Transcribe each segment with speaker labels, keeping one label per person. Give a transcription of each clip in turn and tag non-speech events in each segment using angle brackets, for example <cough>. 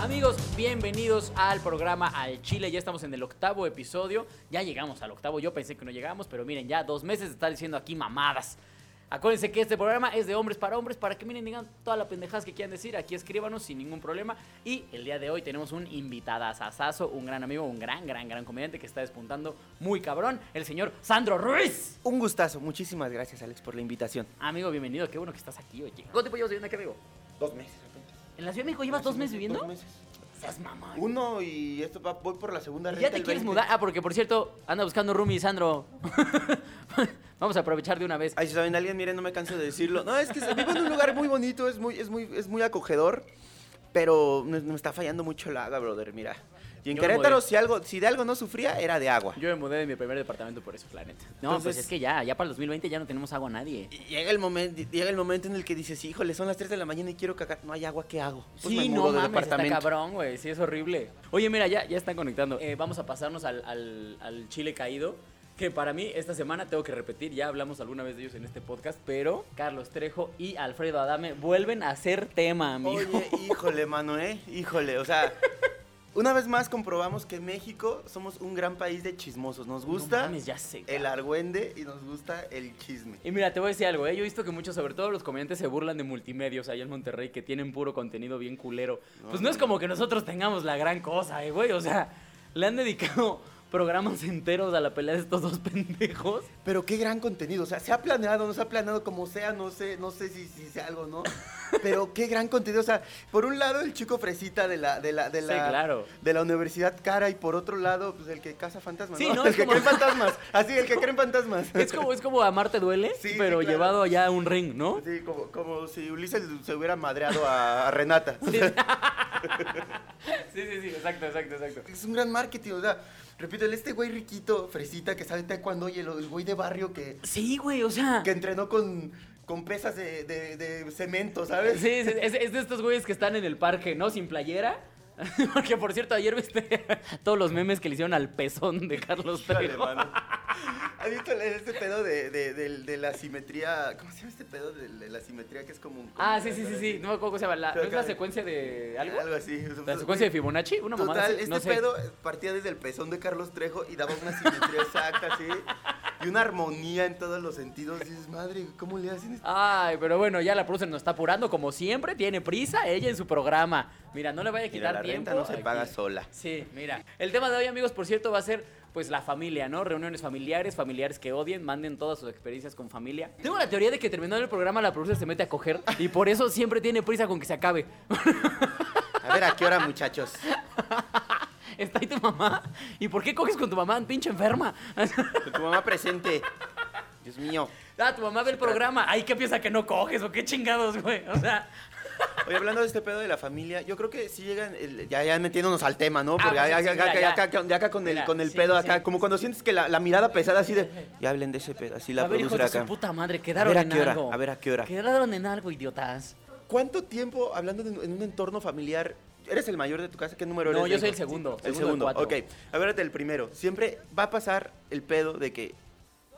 Speaker 1: amigos, bienvenidos al programa Al Chile. Ya estamos en el octavo episodio. Ya llegamos al octavo. Yo pensé que no llegamos, pero miren, ya dos meses de estar diciendo aquí mamadas. Acuérdense que este programa es de hombres para hombres, para que miren, digan todas las pendejadas que quieran decir, aquí escríbanos sin ningún problema. Y el día de hoy tenemos un invitada sasazo, un gran amigo, un gran, gran, gran comediante que está despuntando muy cabrón, el señor Sandro Ruiz.
Speaker 2: Un gustazo. Muchísimas gracias, Alex, por la invitación.
Speaker 1: Amigo, bienvenido, qué bueno que estás aquí, oye. ¿Cuánto tiempo llevas viviendo aquí, amigo?
Speaker 3: Dos meses apenas.
Speaker 1: ¿En la Ciudad de México llevas dos meses viviendo?
Speaker 3: Dos meses.
Speaker 1: Seas mamón.
Speaker 3: Uno y esto va, voy por la segunda
Speaker 1: ¿Y
Speaker 3: renta.
Speaker 1: ¿Ya te
Speaker 3: el
Speaker 1: quieres
Speaker 3: 20.
Speaker 1: mudar? Ah, porque por cierto, anda buscando roomie, Sandro. <laughs> Vamos a aprovechar de una vez.
Speaker 2: Ay, si saben alguien, miren, no me canso de decirlo. No, es que vivo en un lugar muy bonito, es muy, es muy, es muy acogedor, pero me, me está fallando mucho el agua, brother, mira. Y en
Speaker 1: Yo me
Speaker 2: Querétaro,
Speaker 1: mudé.
Speaker 2: si, algo, si de algo no sufría, era de agua.
Speaker 1: Yo me mudé de mi primer departamento por eso, planeta. No, pues
Speaker 2: Entonces-
Speaker 1: es que ya, ya para el 2020 ya no tenemos agua a nadie.
Speaker 2: Y llega el, momento, llega el momento en el que dices, híjole, son las 3 de la mañana y quiero cagar. No hay agua, ¿qué hago? Pues me
Speaker 1: sí,
Speaker 2: mudo
Speaker 1: no
Speaker 2: de
Speaker 1: mames,
Speaker 2: departamento.
Speaker 1: está cabrón, güey. Sí, es horrible. Oye, mira, ya, ya están conectando. Eh, vamos a pasarnos al, al- al Chile caído. Que para mí, esta semana tengo que repetir, ya hablamos alguna vez de ellos en este podcast, pero Carlos Trejo y Alfredo Adame vuelven a ser tema, amigo.
Speaker 2: Oye, híjole, mano, ¿eh? Híjole, o sea... Una vez más comprobamos que en México somos un gran país de chismosos. Nos gusta
Speaker 1: No mames, ya sé.
Speaker 2: el argüende y nos gusta el chisme.
Speaker 1: Y mira, te voy a decir algo, ¿eh? Yo he visto que muchos, sobre todo los comediantes, se burlan de multimedios allá en Monterrey que tienen puro contenido bien culero. pues no es como que nosotros tengamos la gran cosa, ¿eh, güey. O sea, le han dedicado <laughs> programas enteros a la pelea de estos dos <laughs> pendejos.
Speaker 2: Pero qué gran contenido, o sea, se ha planeado, no se ha planeado como sea, no sé, no sé si, si sea algo, ¿no?
Speaker 1: <laughs>
Speaker 2: Pero qué gran contenido, o sea, por un lado el chico fresita de la de la de
Speaker 1: Sí,
Speaker 2: la
Speaker 1: claro.
Speaker 2: de la universidad cara y por otro lado pues el que caza fantasmas,
Speaker 1: Sí,
Speaker 2: ¿no?
Speaker 1: no,
Speaker 2: el
Speaker 1: es
Speaker 2: que
Speaker 1: como- <laughs>
Speaker 2: cree en fantasmas, así el que cree en fantasmas.
Speaker 1: Es como, es como Amarte Duele,
Speaker 2: <laughs> Sí, sí,
Speaker 1: pero
Speaker 2: claro.
Speaker 1: llevado ya a un ring, ¿no?
Speaker 2: Sí, como, como si Ulises se hubiera madreado a, a Renata.
Speaker 1: Sí. <laughs> sí, sí, sí, exacto, exacto, exacto.
Speaker 2: Es un gran marketing, o sea, repito, el este güey riquito, fresita, que sabe taekwondo y el, el güey de barrio que,
Speaker 1: Sí, güey, o sea.
Speaker 2: que entrenó con, con pesas de, de- de cemento, ¿sabes?
Speaker 1: Sí, sí, es, es de estos güeyes que están en el parque, ¿no? Sin playera. <laughs> Porque, por cierto, ayer viste <laughs> todos los memes que le hicieron al pezón de Carlos
Speaker 2: Dale,
Speaker 1: Trejo.
Speaker 2: mano. ¿Has visto el- este pedo de, de- de- de la simetría? ¿Cómo se llama este pedo de, de la simetría que es como un...
Speaker 1: Ah, sí, sí, sí, sí. No me acuerdo cómo se llama. La, ¿no
Speaker 2: Creo
Speaker 1: es
Speaker 2: que-
Speaker 1: la secuencia de algo?
Speaker 2: Algo así.
Speaker 1: ¿La secuencia de Fibonacci? Una mamada
Speaker 2: Total,
Speaker 1: así,
Speaker 2: este
Speaker 1: no sé.
Speaker 2: pedo partía desde el pezón de Carlos Trejo y daba una simetría exacta, así. Y una armonía en todos los sentidos. Y dices, madre, ¿cómo le hacen esto?
Speaker 1: Ay, pero bueno, ya la producer nos está apurando como siempre. Tiene prisa ella en su programa. Mira, no le vaya a quitar tiempo. aquí.
Speaker 2: sola.
Speaker 1: Sí, mira. El tema de hoy, amigos, por cierto, va a ser pues la familia, ¿no? Reuniones familiares, familiares que odien, manden todas sus experiencias con familia. Tengo la teoría de que terminando el programa la producer se mete a coger y por eso siempre tiene prisa con que se acabe.
Speaker 2: A ver, ¿a qué hora, muchachos?
Speaker 1: Está ahí tu mamá. ¿Y por qué coges con tu mamá, pinche enferma? <laughs>
Speaker 2: Con tu mamá presente. Dios mío.
Speaker 1: ah, tu mamá ve el programa. Ay, ¿qué piensa que no coges o qué chingados, güey? O sea,
Speaker 2: Oye, hablando de este pedo de la familia, yo creo que sí llegan, el- ya, ya metiéndonos al tema, ¿no?
Speaker 1: Ah,
Speaker 2: Porque
Speaker 1: pues
Speaker 2: ya,
Speaker 1: sí,
Speaker 2: ya-
Speaker 1: sí,
Speaker 2: ya-
Speaker 1: mira,
Speaker 2: ya-
Speaker 1: ya.
Speaker 2: ya- ya acá con el,
Speaker 1: Mira,
Speaker 2: con el
Speaker 1: sí,
Speaker 2: pedo
Speaker 1: sí.
Speaker 2: acá, como cuando sientes que la, la mirada pesada así de, ya hablen de ese pedo, así la
Speaker 1: a ver, hijos
Speaker 2: producer
Speaker 1: de su
Speaker 2: acá.
Speaker 1: puta madre, quedaron
Speaker 2: a
Speaker 1: en
Speaker 2: qué hora,
Speaker 1: algo.
Speaker 2: a ver a qué hora.
Speaker 1: Quedaron en algo, idiotas.
Speaker 2: ¿Cuánto tiempo, hablando de- en un entorno familiar, eres el mayor de tu casa? ¿Qué número
Speaker 1: No,
Speaker 2: eres?
Speaker 1: yo soy el
Speaker 2: hijo?
Speaker 1: segundo,
Speaker 2: El
Speaker 1: segundo
Speaker 2: segundo,
Speaker 1: de
Speaker 2: ok.
Speaker 1: cuatro.
Speaker 2: A ver, el primero. Siempre va a pasar el pedo de que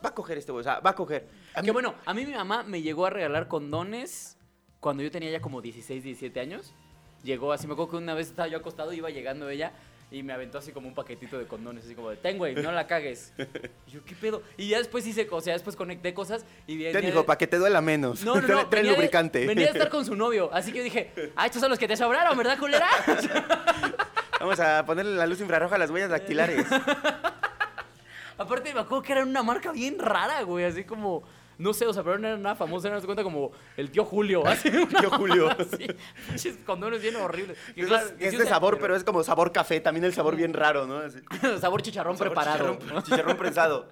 Speaker 2: va a coger este güey, o sea, va a coger. A
Speaker 1: Que
Speaker 2: mí-
Speaker 1: bueno, a mí mi mamá me llegó a regalar condones cuando yo tenía ya como 16, 17 años. Llegó así, me acuerdo que una vez estaba yo acostado, iba llegando ella y me aventó así como un paquetito de condones, así como de, ten güey, no la
Speaker 2: <laughs>
Speaker 1: cagues. Y yo, ¿qué pedo? Y ya después hice, o sea, después conecté cosas y...
Speaker 2: Ten,
Speaker 1: venía
Speaker 2: hijo,
Speaker 1: de-
Speaker 2: para que te duela menos.
Speaker 1: No, no, no.
Speaker 2: <laughs> Trae- trae
Speaker 1: venía de-
Speaker 2: lubricante.
Speaker 1: venía a estar con su novio, así que yo dije, ah, estos son los que te sobraron, ¿verdad, culera? <laughs>
Speaker 2: Vamos a ponerle la luz infrarroja a las huellas dactilares.
Speaker 1: <laughs> Aparte, me acuerdo que era una marca bien rara, güey, así como... No sé, o sea, pero no era nada famoso, no se cuenta como el tío Julio. <laughs> Así, una
Speaker 2: Tío Julio.
Speaker 1: mamada así. Pinches condones bien horribles. Que
Speaker 2: Es,
Speaker 1: claro, que
Speaker 2: es
Speaker 1: sí
Speaker 2: de
Speaker 1: usa-
Speaker 2: sabor,
Speaker 1: <laughs>
Speaker 2: pero es como sabor café, también el sabor bien raro, ¿no? Así.
Speaker 1: sabor chicharrón
Speaker 2: Sabor
Speaker 1: preparado.
Speaker 2: Chicharrón,
Speaker 1: <laughs>
Speaker 2: chicharrón prensado.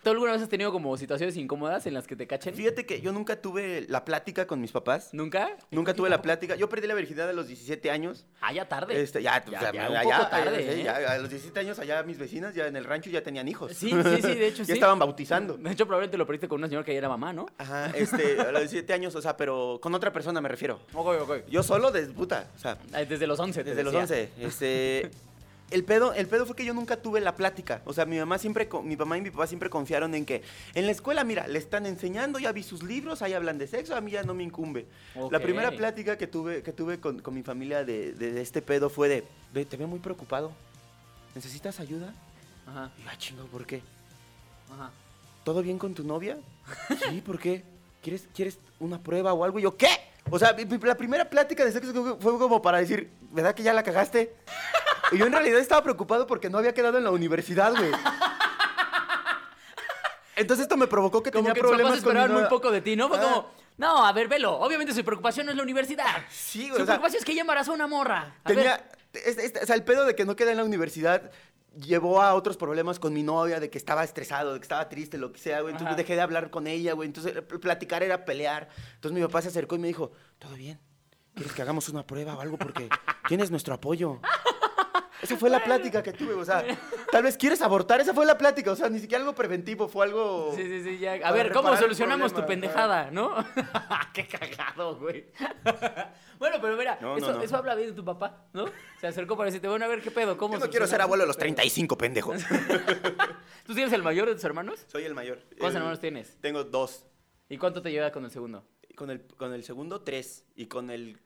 Speaker 1: ¿Tú alguna vez has tenido como situaciones incómodas en las que te cachen?
Speaker 2: Fíjate que yo nunca tuve la plática con mis papás.
Speaker 1: ¿Nunca?
Speaker 2: Nunca tuve la plática. Yo perdí la virginidad a los 17 años.
Speaker 1: Ah, ya tarde.
Speaker 2: Este, ya, o sea,
Speaker 1: un
Speaker 2: allá-
Speaker 1: poco
Speaker 2: allá-
Speaker 1: tarde,
Speaker 2: sí,
Speaker 1: ¿eh?
Speaker 2: ya, a los 17 años allá mis vecinas ya en el rancho ya tenían hijos.
Speaker 1: Sí, sí, sí, de hecho
Speaker 2: <laughs> ya
Speaker 1: sí. <laughs>
Speaker 2: estaban bautizando.
Speaker 1: De hecho, probablemente lo perdiste con una señora que ya era mamá, ¿no?
Speaker 2: Ajá, este, a los 17 años, o sea, pero con otra persona me refiero.
Speaker 1: Ok, ok.
Speaker 2: Yo solo desde puta, o sea,
Speaker 1: Ah, Desde los 11, te
Speaker 2: desde
Speaker 1: <laughs>
Speaker 2: los
Speaker 1: decía.
Speaker 2: 11. Este, El pedo, el pedo fue que yo nunca tuve la plática. O sea, mi mamá siempre, co- mi mamá y mi papá siempre confiaron en que en la escuela, mira, le están enseñando, ya vi sus libros, ahí hablan de sexo, a mí ya no me incumbe. La
Speaker 1: Ok.
Speaker 2: primera plática que tuve, que tuve con, con mi familia de, de- de este pedo fue de, "Ve, te veo muy preocupado. ¿Necesitas ayuda?
Speaker 1: Ajá,
Speaker 2: Y yo, ah, chingo, ¿por qué?
Speaker 1: ajá.
Speaker 2: ¿Todo bien con tu novia? Sí, ¿por qué? ¿Quieres, ¿Quieres una prueba o algo? Y yo, ¿qué? O sea, mi- mi- la primera plática de sexo fue- fue como para decir, ¿verdad que ya la cagaste? Y yo en realidad estaba preocupado porque no había quedado en la universidad, güey. Entonces esto me provocó que
Speaker 1: Como
Speaker 2: tenía
Speaker 1: que tus papás
Speaker 2: problemas con mi
Speaker 1: esperaban muy
Speaker 2: novia.
Speaker 1: poco de ti, ¿no? Fue
Speaker 2: Ah.
Speaker 1: como, no, a ver, velo. Obviamente su preocupación no es la universidad.
Speaker 2: Sí,
Speaker 1: Su
Speaker 2: güey. o sea,
Speaker 1: preocupación es que ella embarazó a una morra. A ver,
Speaker 2: tenía, este- este- o sea, el pedo de que no quedé en la universidad llevó a otros problemas con mi novia, de que estaba estresado, de que estaba triste, lo que sea, güey. Entonces
Speaker 1: Ajá.
Speaker 2: dejé de hablar con ella, güey. Entonces pl- platicar era pelear. Entonces mi papá se acercó y me dijo, ¿todo bien? ¿Quieres que hagamos una prueba o algo?
Speaker 1: <laughs>
Speaker 2: Porque tienes nuestro apoyo. Esa fue la plática que tuve,
Speaker 1: <laughs>
Speaker 2: o sea, tal vez quieres abortar, esa fue la plática, o sea, ni siquiera algo preventivo, fue algo...
Speaker 1: Sí, sí, sí, ya. A
Speaker 2: para
Speaker 1: ver, ¿cómo
Speaker 2: reparar el
Speaker 1: solucionamos tu
Speaker 2: problema,
Speaker 1: pendejada, no? <laughs> Qué cagado, güey. <laughs> bueno, pero mira,
Speaker 2: No, no,
Speaker 1: eso,
Speaker 2: no.
Speaker 1: eso habla bien de tu papá, ¿no? Se acercó para decirte, bueno, a ver, ¿qué pedo? ¿Cómo
Speaker 2: Yo no quiero
Speaker 1: solucionamos
Speaker 2: ser abuelo a los
Speaker 1: este pedo?
Speaker 2: 35, pendejo.
Speaker 1: <laughs> ¿Tú tienes el mayor de tus hermanos?
Speaker 2: Soy el mayor.
Speaker 1: ¿Cuántos
Speaker 2: Eh,
Speaker 1: hermanos tienes?
Speaker 2: Tengo dos.
Speaker 1: ¿Y cuánto te lleva con el segundo?
Speaker 2: Con el, con el segundo, tres. Y con el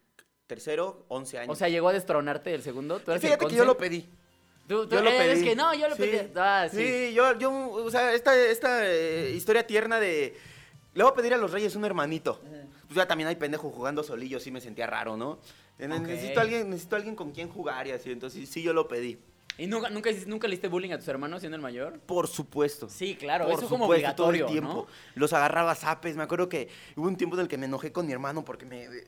Speaker 2: tercero, once años.
Speaker 1: O sea, llegó a destronarte el segundo. ¿Tú eres el
Speaker 2: fíjate que yo
Speaker 1: conce?
Speaker 2: lo pedí.
Speaker 1: Tú, tú
Speaker 2: Yo lo
Speaker 1: eres
Speaker 2: pedí.
Speaker 1: que no, yo lo
Speaker 2: Sí.
Speaker 1: pedí. Ah, sí.
Speaker 2: Sí, yo, yo, o sea, esta, esta eh, historia tierna de... Le voy a pedir a los reyes un hermanito. Pues ya también hay pendejo jugando solillo, sí me sentía raro, ¿no? Eh,
Speaker 1: Ok.
Speaker 2: Necesito alguien, necesito alguien con quien jugar y así, entonces sí, yo lo pedí.
Speaker 1: ¿Y nunca, nunca, hiciste- nunca le hiciste bullying a tus hermanos siendo el mayor?
Speaker 2: Por supuesto.
Speaker 1: Sí, claro,
Speaker 2: Por
Speaker 1: eso es como
Speaker 2: supuesto,
Speaker 1: obligatorio,
Speaker 2: todo el tiempo. Los agarraba a zapes. Me acuerdo que hubo un tiempo en el que me enojé con mi hermano porque me. eh,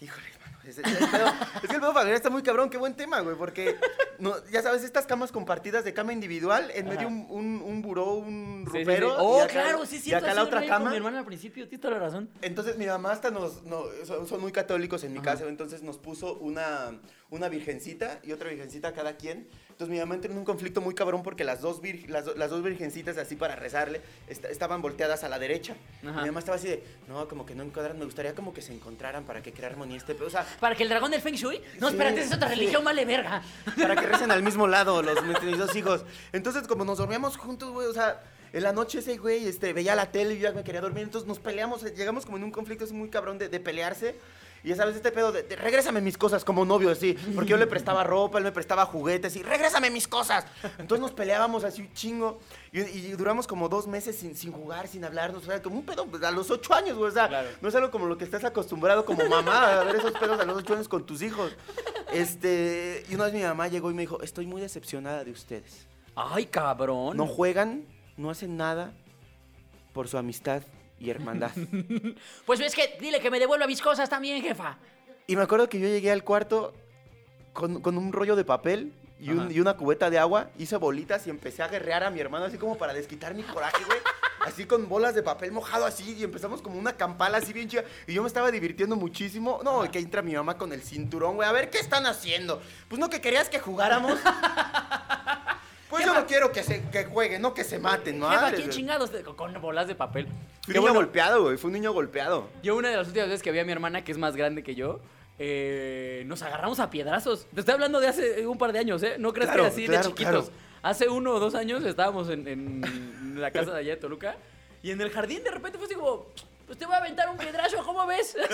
Speaker 2: Híjole, hermano. Es, es- el pedo- es que el pedo familiar está muy cabrón. Qué buen tema, güey. Porque, no, ya sabes, estas camas compartidas de cama individual, en
Speaker 1: Ajá.
Speaker 2: medio un, un, un buró, un
Speaker 1: Sí, sí, sí.
Speaker 2: ropero. y
Speaker 1: Oh,
Speaker 2: acá-
Speaker 1: claro, sí, sí.
Speaker 2: Y acá la otra
Speaker 1: Con
Speaker 2: cama.
Speaker 1: mi hermana al principio, tienes toda la razón.
Speaker 2: Entonces mi mamá hasta nos, no, son, son muy católicos en mi casa, entonces nos puso una, una virgencita y otra virgencita a cada quien. Entonces mi mamá entró en un conflicto muy cabrón porque las dos, vir- las, do- las dos virgencitas así para rezarle est- estaban volteadas a la derecha.
Speaker 1: Ajá.
Speaker 2: Mi mamá estaba así de, no, como que no encuadran, me gustaría como que se encontraran para que crear armonía este, pe-". o sea,
Speaker 1: Para que el dragón del Feng Shui. No,
Speaker 2: Sí,
Speaker 1: espérate, esa es otra
Speaker 2: sí.
Speaker 1: religión, vale verga.
Speaker 2: para que recen al mismo lado los mis dos hijos. Entonces, como nos dormíamos juntos, güey, o sea, en la noche ese güey este, veía la tele y yo ya me quería dormir, entonces nos peleamos, eh, llegamos como en un conflicto así muy cabrón de, de pelearse. Y ya sabes, este pedo de, de, regrésame mis cosas como novio, así. Porque yo le prestaba ropa, él me prestaba juguetes, y regrésame mis cosas. Entonces nos peleábamos así un chingo. Y, y duramos como dos meses sin, sin jugar, sin hablarnos. O sea, como un pedo pues, a los ocho años, güey. O sea,
Speaker 1: Claro.
Speaker 2: no es algo como lo que estás acostumbrado como mamá a ver esos pedos a los ocho años con tus hijos. Este, y una vez mi mamá llegó y me dijo, estoy muy decepcionada de ustedes.
Speaker 1: Ay, cabrón.
Speaker 2: No juegan, no hacen nada por su amistad y hermandad.
Speaker 1: Pues es que dile que me devuelva mis cosas también, jefa.
Speaker 2: y me acuerdo que yo llegué al cuarto con, con un rollo de papel y, un-
Speaker 1: Ajá.
Speaker 2: y una cubeta de agua, hice bolitas y empecé a guerrear a mi hermano así como para desquitar mi coraje,
Speaker 1: <laughs>
Speaker 2: güey. Así con bolas de papel mojado así y empezamos como una campala así bien chida. Y yo me estaba divirtiendo muchísimo. No, y que entra mi mamá con el cinturón, güey. A ver, ¿qué están haciendo? Pues no que querías que
Speaker 1: <laughs>
Speaker 2: jugáramos. Pues yo no quiero que, se, que jueguen, no que se maten, ¿no?
Speaker 1: jefa, ¿quién chingados? Con- Con bolas de papel.
Speaker 2: Fue
Speaker 1: Qué
Speaker 2: un niño
Speaker 1: bueno.
Speaker 2: golpeado, güey. Fue un niño golpeado.
Speaker 1: Yo una de las últimas veces que vi a mi hermana, que es más grande que yo, eh, nos agarramos a piedrazos. Te estoy hablando de hace un par de años, ¿eh? No crees
Speaker 2: Claro,
Speaker 1: que así
Speaker 2: claro,
Speaker 1: de chiquitos.
Speaker 2: claro.
Speaker 1: Hace uno o dos años estábamos en, en <laughs> la casa de allá de Toluca y en el jardín de repente fue así como, pues te voy a aventar un piedrazo, ¿cómo ves? <laughs>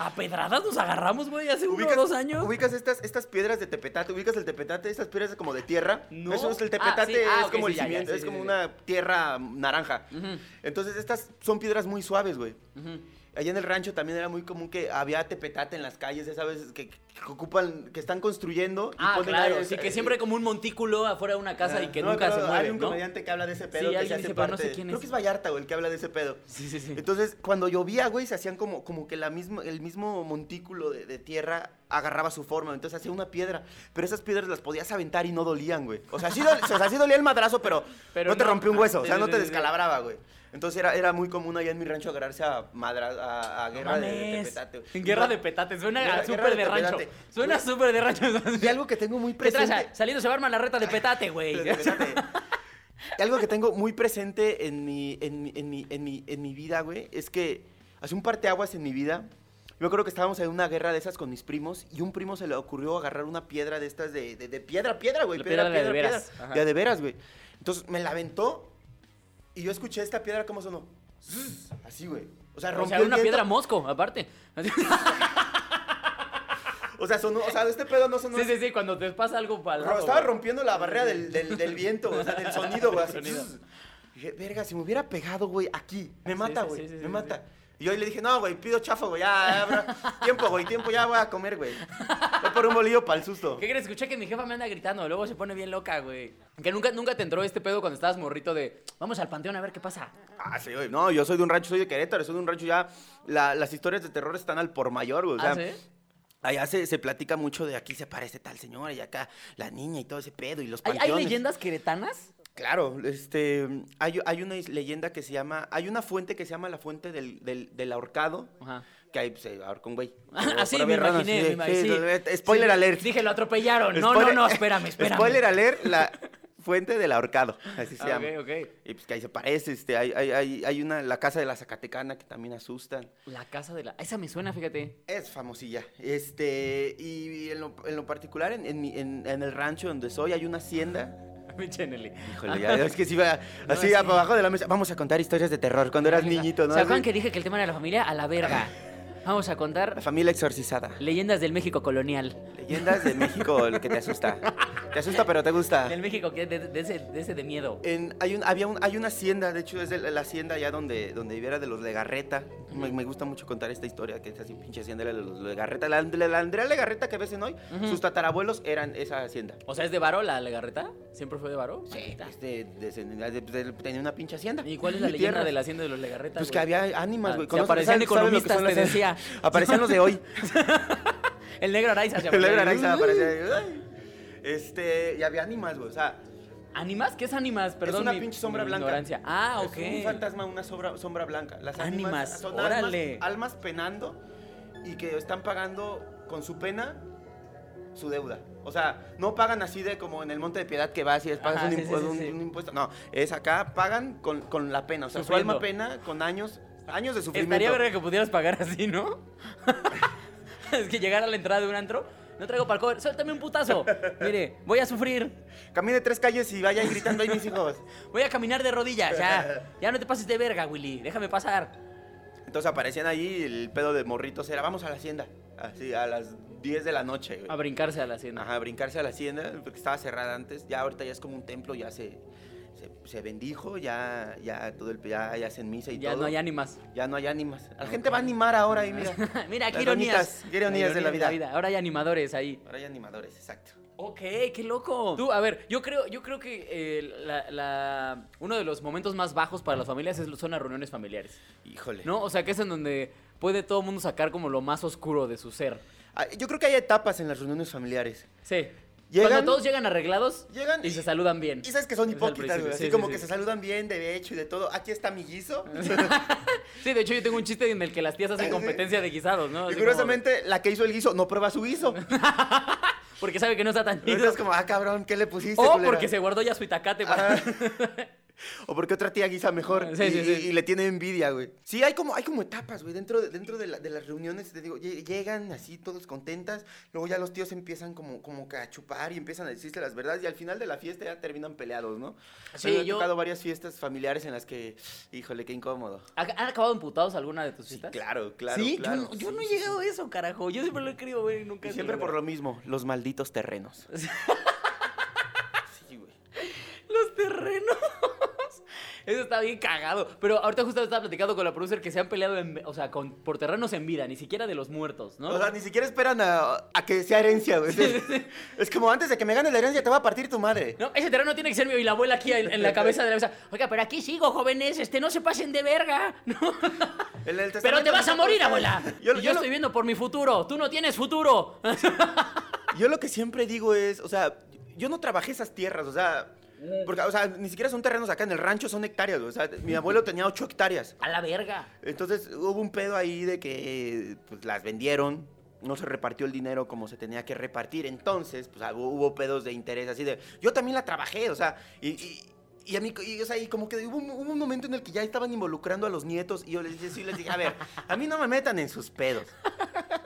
Speaker 1: a pedradas nos agarramos, güey, hace uno o dos años.
Speaker 2: Ubicas estas, estas piedras de tepetate, ubicas el tepetate, estas piedras como de tierra.
Speaker 1: No.
Speaker 2: Eso es el
Speaker 1: Ah, sí.
Speaker 2: tepetate,
Speaker 1: Ah,
Speaker 2: es
Speaker 1: ok,
Speaker 2: como
Speaker 1: sí,
Speaker 2: el
Speaker 1: ya, ya,
Speaker 2: cimiento,
Speaker 1: sí,
Speaker 2: es
Speaker 1: sí,
Speaker 2: como
Speaker 1: sí.
Speaker 2: una tierra naranja.
Speaker 1: Ujú.
Speaker 2: Entonces estas son piedras muy suaves, güey.
Speaker 1: Ujú.
Speaker 2: Allá en el rancho también era muy común que había tepetate en las calles, ya sabes, que, que ocupan, que están construyendo. Y
Speaker 1: Ah,
Speaker 2: ponen
Speaker 1: claro,
Speaker 2: ahí-
Speaker 1: sí, que siempre hay como un montículo afuera de una casa y que
Speaker 2: No me
Speaker 1: nunca se
Speaker 2: acuerdo, Hay
Speaker 1: mueve,
Speaker 2: un
Speaker 1: ¿no?
Speaker 2: comediante que habla de ese pedo.
Speaker 1: Sí,
Speaker 2: que se
Speaker 1: alguien
Speaker 2: hace
Speaker 1: dice, pero no
Speaker 2: parte
Speaker 1: sé
Speaker 2: de-
Speaker 1: quién
Speaker 2: Creo
Speaker 1: es.
Speaker 2: que es Vallarta, güey, el que habla de ese pedo.
Speaker 1: Sí,
Speaker 2: <laughs>
Speaker 1: sí, sí.
Speaker 2: Entonces, cuando llovía, güey, se hacían como, como que la misma, el mismo montículo de, de tierra agarraba su forma. Entonces hacía una piedra. Pero esas piedras las podías aventar y no dolían, güey. O sea, sí, dol- o sea, sí dolía el madrazo, pero,
Speaker 1: Pero
Speaker 2: no te
Speaker 1: no.
Speaker 2: rompía un hueso. O
Speaker 1: Sí,
Speaker 2: sea,
Speaker 1: sí,
Speaker 2: no
Speaker 1: sí,
Speaker 2: te
Speaker 1: sí.
Speaker 2: descalabraba, güey. Entonces era, era muy común allá en mi rancho agarrarse a, madra, a, a guerra de, de
Speaker 1: Mames.
Speaker 2: petate. güey.
Speaker 1: En <laughs> guerra
Speaker 2: Y-
Speaker 1: de petate, suena
Speaker 2: Guerra-
Speaker 1: súper
Speaker 2: guerra
Speaker 1: de,
Speaker 2: de
Speaker 1: rancho.
Speaker 2: petate.
Speaker 1: Suena súper de rancho.
Speaker 2: Y algo que tengo muy
Speaker 1: ¿Qué
Speaker 2: presente.
Speaker 1: traza? Saliendo se va a armar la reta de petate,
Speaker 2: <laughs>
Speaker 1: güey. <laughs>
Speaker 2: Pero espérate. Y algo que tengo muy presente en mi, en mi, en mi, en mi, en mi vida, güey, es que hace un parteaguas en mi vida Yo me acuerdo que estábamos en una guerra de esas con mis primos y un primo se le ocurrió agarrar una piedra de estas de, de, de piedra, piedra, güey.
Speaker 1: La
Speaker 2: Piedra,
Speaker 1: piedra de
Speaker 2: piedra,
Speaker 1: veras.
Speaker 2: piedra.
Speaker 1: Ajá.
Speaker 2: Ya de veras, güey. Entonces me la aventó y yo escuché esta piedra como sonó. Zzz, Así, güey. O sea,
Speaker 1: O
Speaker 2: rompió
Speaker 1: sea,
Speaker 2: el
Speaker 1: una
Speaker 2: viento.
Speaker 1: piedra mosco, aparte.
Speaker 2: O sea, sonó, o sea, este pedo no sonó.
Speaker 1: Sí, sí, sí, cuando te pasa algo para
Speaker 2: Ro- Estaba rompiendo la barrera del, del- del viento, o
Speaker 1: <laughs>
Speaker 2: sea, del sonido, güey. así. Dije, verga, si me hubiera pegado, güey, aquí. Me
Speaker 1: Sí,
Speaker 2: mata,
Speaker 1: sí,
Speaker 2: güey.
Speaker 1: sí, sí,
Speaker 2: me
Speaker 1: sí,
Speaker 2: mata. Y yo le dije, no, güey, pido chafa, güey. Ya, ya, bro. Tiempo, güey, tiempo, ya voy a comer, güey. Voy por un bolillo para el susto.
Speaker 1: ¿Qué crees? Escuché que mi jefa me anda gritando, luego se pone bien loca, güey. Que nunca, nunca te entró este pedo cuando estabas morrito de vamos al panteón a ver qué pasa.
Speaker 2: Ah, sí, güey. No, yo soy de un rancho, soy de Querétaro, soy de un rancho ya. la- las historias de terror están al por mayor, güey. O sea,
Speaker 1: ¿Ah, sí?
Speaker 2: Allá se, se platica mucho de aquí se parece tal señora y acá la niña y todo ese pedo y los
Speaker 1: ¿Hay, hay
Speaker 2: panteones.
Speaker 1: leyendas queretanas?
Speaker 2: Claro, este, hay, hay una is- leyenda que se llama, hay una fuente que se llama la fuente del, del, del ahorcado,
Speaker 1: Ajá.
Speaker 2: que ahí pues, se ahorcó
Speaker 1: <laughs>
Speaker 2: un güey. Por-
Speaker 1: Ah, Así
Speaker 2: por
Speaker 1: me
Speaker 2: haber raro,
Speaker 1: imaginé,
Speaker 2: así
Speaker 1: me
Speaker 2: de-
Speaker 1: imaginé.
Speaker 2: sí,
Speaker 1: sí.
Speaker 2: no, eh, Spoiler
Speaker 1: Sí,
Speaker 2: alert.
Speaker 1: Dije, lo atropellaron. No, no,
Speaker 2: Spoiler-
Speaker 1: no,
Speaker 2: <laughs>
Speaker 1: espérame, espérame.
Speaker 2: Spoiler alert, la fuente del ahorcado, así se
Speaker 1: Ah, ok,
Speaker 2: llama.
Speaker 1: ok.
Speaker 2: Y pues que ahí se parece, este, hay, hay, hay, hay una, la casa de la Zacatecana que también asustan.
Speaker 1: La casa de la. Esa me suena, fíjate. <laughs>
Speaker 2: Es famosilla. Este, y en lo, en lo particular, en, en, mi- en- en el rancho donde soy, hay una hacienda.
Speaker 1: Pinche Nelly.
Speaker 2: Híjole, ya, es que sí, va-
Speaker 1: <laughs> No,
Speaker 2: así
Speaker 1: sí.
Speaker 2: para abajo de la mesa. Vamos a contar historias de terror cuando eras niñito, ¿no?
Speaker 1: ¿Se acuerdan
Speaker 2: Así,
Speaker 1: que dije que el tema de la familia? A la verga. Vamos a
Speaker 2: La
Speaker 1: contar
Speaker 2: familia exorcizada.
Speaker 1: leyendas del México colonial.
Speaker 2: Leyendas de México, lo que te asusta. Te asusta, pero te gusta.
Speaker 1: Del México que de, de ese, de ese de miedo.
Speaker 2: En- hay, un, había un- hay una hacienda, de hecho, es de la, la hacienda allá donde, donde viviera de los Legarreta. Me, me gusta mucho contar esta historia, que esa así, pinche hacienda era de los Legarreta. La, la- la Andrea Legarreta que ves en hoy, sus tatarabuelos eran esa hacienda.
Speaker 1: O sea, ¿es de Varo la Legarreta? ¿Siempre fue de Varo? Ahí está.
Speaker 2: Este, descendía- de- de- tenía una pinche hacienda.
Speaker 1: ¿Y cuál es
Speaker 2: <laughs>
Speaker 1: la
Speaker 2: Y
Speaker 1: leyenda
Speaker 2: tierras.
Speaker 1: de la hacienda de los Legarreta?
Speaker 2: Pues
Speaker 1: güey?
Speaker 2: que había ánimas,
Speaker 1: Ah,
Speaker 2: güey.
Speaker 1: se
Speaker 2: ¿Conoces-
Speaker 1: aparecían
Speaker 2: sabes- sabes lo que
Speaker 1: economistas,
Speaker 2: son
Speaker 1: te
Speaker 2: las-
Speaker 1: decía.
Speaker 2: Aparecían los de
Speaker 1: <laughs>
Speaker 2: hoy.
Speaker 1: El negro Araiza se
Speaker 2: <laughs> El negro
Speaker 1: aparece.
Speaker 2: Araiza aparece ahí. Este, y había ánimas, güey. O sea,
Speaker 1: ¿Ánimas? ¿Qué es ánimas? Perdón.
Speaker 2: es una
Speaker 1: mi-
Speaker 2: pinche sombra
Speaker 1: mi
Speaker 2: blanca.
Speaker 1: Ignorancia. Ah,
Speaker 2: Es
Speaker 1: ok.
Speaker 2: un fantasma, una sobra- sombra blanca. Las
Speaker 1: Ánimas,
Speaker 2: ánimas, son almas-
Speaker 1: órale.
Speaker 2: Almas, penando y que están pagando con su pena su deuda. O sea, no pagan así de como en el Monte de Piedad que vas y es- pagas
Speaker 1: Ajá,
Speaker 2: un,
Speaker 1: sí, sí,
Speaker 2: impuesto,
Speaker 1: sí,
Speaker 2: un-
Speaker 1: sí.
Speaker 2: un impuesto. No, es acá pagan con, con la pena. O sea,
Speaker 1: Sufriendo.
Speaker 2: su alma pena con años, años de sufrimiento.
Speaker 1: Estaría verga que pudieras pagar así, ¿no? <laughs> es que llegar a la entrada de un antro. No traigo para el cover. Suéltame un putazo. Mire, voy a sufrir.
Speaker 2: Camine tres calles y vaya ahí gritando ahí mis hijos.
Speaker 1: Voy a caminar de rodillas. Ya. Ya no te pases de verga, Willy. Déjame pasar.
Speaker 2: Entonces aparecían ahí el pedo de morritos era, vamos a la hacienda. Así, a las 10 de la noche, güey.
Speaker 1: A brincarse a la hacienda.
Speaker 2: Ajá, brincarse a la hacienda, porque estaba cerrada antes. Ya ahorita ya es como un templo, ya se, se, se bendijo, ya, ya todo el ya, ya hacen misa y
Speaker 1: ya
Speaker 2: todo.
Speaker 1: no hay ánimas.
Speaker 2: Ya no hay ánimas. La gente va a animar ahora ahí, mira.
Speaker 1: <laughs> Mira, qué
Speaker 2: Las
Speaker 1: ironías.
Speaker 2: doñitas, qué ironías de la vida.
Speaker 1: Ahora hay animadores ahí.
Speaker 2: Ahora hay animadores, exacto.
Speaker 1: Ok, qué loco. Tú, a ver, yo creo, yo creo que eh, la- la- uno de los momentos más bajos para las familias es- son las reuniones familiares.
Speaker 2: Híjole.
Speaker 1: ¿No? O sea, que es en donde puede todo el mundo sacar como lo más oscuro de su ser.
Speaker 2: Ah, Yo creo que hay etapas en las reuniones familiares.
Speaker 1: Sí.
Speaker 2: Llegan-
Speaker 1: Cuando todos llegan arreglados
Speaker 2: Llegan
Speaker 1: y se saludan bien.
Speaker 2: Y sabes que son
Speaker 1: Es al
Speaker 2: hipócritas,
Speaker 1: principio,
Speaker 2: güey. Así
Speaker 1: sí,
Speaker 2: como
Speaker 1: sí,
Speaker 2: que
Speaker 1: sí.
Speaker 2: se saludan bien, de hecho y de todo. Aquí está
Speaker 1: <laughs>
Speaker 2: mi guiso.
Speaker 1: Sí, de hecho yo tengo un chiste en el que las tías hacen
Speaker 2: <laughs> Sí.
Speaker 1: competencia de guisados, ¿no?
Speaker 2: y
Speaker 1: Así como-
Speaker 2: curiosamente, la que hizo el guiso no prueba
Speaker 1: <laughs>
Speaker 2: su guiso.
Speaker 1: porque sabe que no está tan chido.
Speaker 2: Entonces, como, ah, cabrón, ¿qué le pusiste?
Speaker 1: O
Speaker 2: culera?
Speaker 1: porque se guardó ya su itacate para... <laughs>
Speaker 2: Ajá. o porque otra tía guisa mejor
Speaker 1: Sí,
Speaker 2: y,
Speaker 1: sí, sí.
Speaker 2: y- y le tiene envidia, güey. Sí, hay como, hay como etapas, güey. Dentro, de, dentro de, la- de las reuniones, te digo, lle- llegan así todos contentas. Luego ya los tíos empiezan como, como que a chupar y empiezan a decirse las verdades. Y al final de la fiesta ya terminan peleados, ¿no?
Speaker 1: Sí,
Speaker 2: A mí me han
Speaker 1: yo-
Speaker 2: tocado varias fiestas familiares en las que, híjole, qué incómodo.
Speaker 1: ¿Han acabado emputados alguna de tus
Speaker 2: Sí,
Speaker 1: citas?
Speaker 2: claro, claro.
Speaker 1: sí,
Speaker 2: claro,
Speaker 1: yo, no, yo
Speaker 2: sí,
Speaker 1: no he
Speaker 2: sí, sí.
Speaker 1: llegado a eso, carajo. Yo siempre lo he querido ver y nunca
Speaker 2: Y
Speaker 1: se
Speaker 2: siempre
Speaker 1: logra.
Speaker 2: por lo mismo, los malditos terrenos.
Speaker 1: <laughs>
Speaker 2: Sí, güey.
Speaker 1: Los terrenos. <laughs> Eso está bien cagado. Pero ahorita justo estaba platicando con la producer que se han peleado, en- o sea, con, por terrenos en vida, ni siquiera de los muertos, ¿no?
Speaker 2: O sea, ni siquiera esperan a, a que sea herencia, güey.
Speaker 1: Sí, sí, sí.
Speaker 2: Es como antes de que me gane la herencia te va a partir tu madre.
Speaker 1: No, ese terreno tiene que ser mío y la abuela aquí en, en la cabeza de la mesa. Oiga, pero aquí sigo, jóvenes, este, no se pasen de verga. No.
Speaker 2: El-
Speaker 1: Pero
Speaker 2: el
Speaker 1: te
Speaker 2: testamento
Speaker 1: vas a
Speaker 2: dice-
Speaker 1: morir, abuela. Y
Speaker 2: <laughs> Yo,
Speaker 1: Yo,
Speaker 2: lo- yo lo-
Speaker 1: estoy viendo por mi futuro. Tú no tienes futuro.
Speaker 2: yo lo que siempre digo es, o sea, yo no trabajé esas tierras, o sea, porque, o sea, ni siquiera son terrenos acá en el rancho, son hectáreas, güey. o sea, mi abuelo tenía ocho hectáreas.
Speaker 1: A la verga.
Speaker 2: Entonces hubo un pedo ahí de que pues, las vendieron, no se repartió el dinero como se tenía que repartir. Entonces, pues ah, hubo, hubo pedos de interés así de. Yo también la trabajé, o sea, y. y- y a mí, y, o sea, y como que hubo un, hubo un momento en el que ya estaban involucrando a los nietos y yo les dije, sí, les dije, a ver, a mí no me metan en sus pedos.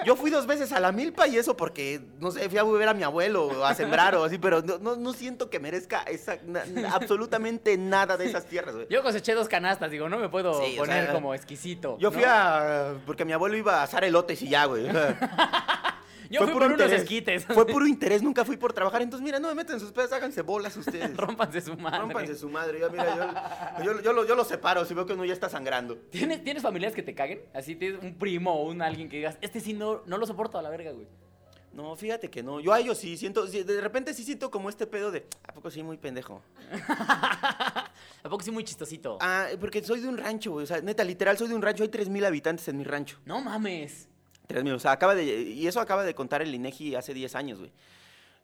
Speaker 2: Yo fui dos veces a la milpa y eso porque, no sé, fui a beber a mi abuelo o a sembrar o así, pero no, no, no siento que merezca esa- na- na- absolutamente nada de esas tierras, güey.
Speaker 1: Yo coseché dos canastas, digo, no me puedo
Speaker 2: Sí, o
Speaker 1: poner
Speaker 2: sea,
Speaker 1: como exquisito.
Speaker 2: Yo
Speaker 1: ¿no?
Speaker 2: fui a. Porque mi abuelo iba a asar elotes y ya, güey. o sea,
Speaker 1: <laughs> Yo fui por unos
Speaker 2: interés.
Speaker 1: esquites.
Speaker 2: Fue puro interés, nunca fui por trabajar. Entonces, mira, no me meten sus pedos, háganse bolas
Speaker 1: <laughs>
Speaker 2: ustedes.
Speaker 1: <laughs> Rómpanse su madre.
Speaker 2: Rómpanse su madre. Yo, mira, yo, yo, yo, lo, yo lo separo si veo que uno ya está sangrando.
Speaker 1: ¿Tienes, ¿Tienes familiares que te caguen? Así tienes un primo o un alguien que digas, este sí no, no lo soporto a la verga, güey.
Speaker 2: No, fíjate que no. Yo a ellos sí siento. sí, De repente sí siento como este pedo de. ¿A poco sí, muy pendejo?
Speaker 1: ¿A poco sí muy chistosito?
Speaker 2: Ah, porque soy de un rancho, güey. O sea, neta, literal, soy de un rancho. Hay 3.000 habitantes en mi rancho.
Speaker 1: No mames.
Speaker 2: 3.000. O sea, acaba de. Y eso acaba de contar el INEGI hace 10 años, güey.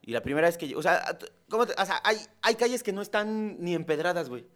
Speaker 2: Y la primera vez que. O sea, ¿cómo te- o sea, hay, hay calles que no están ni empedradas, güey.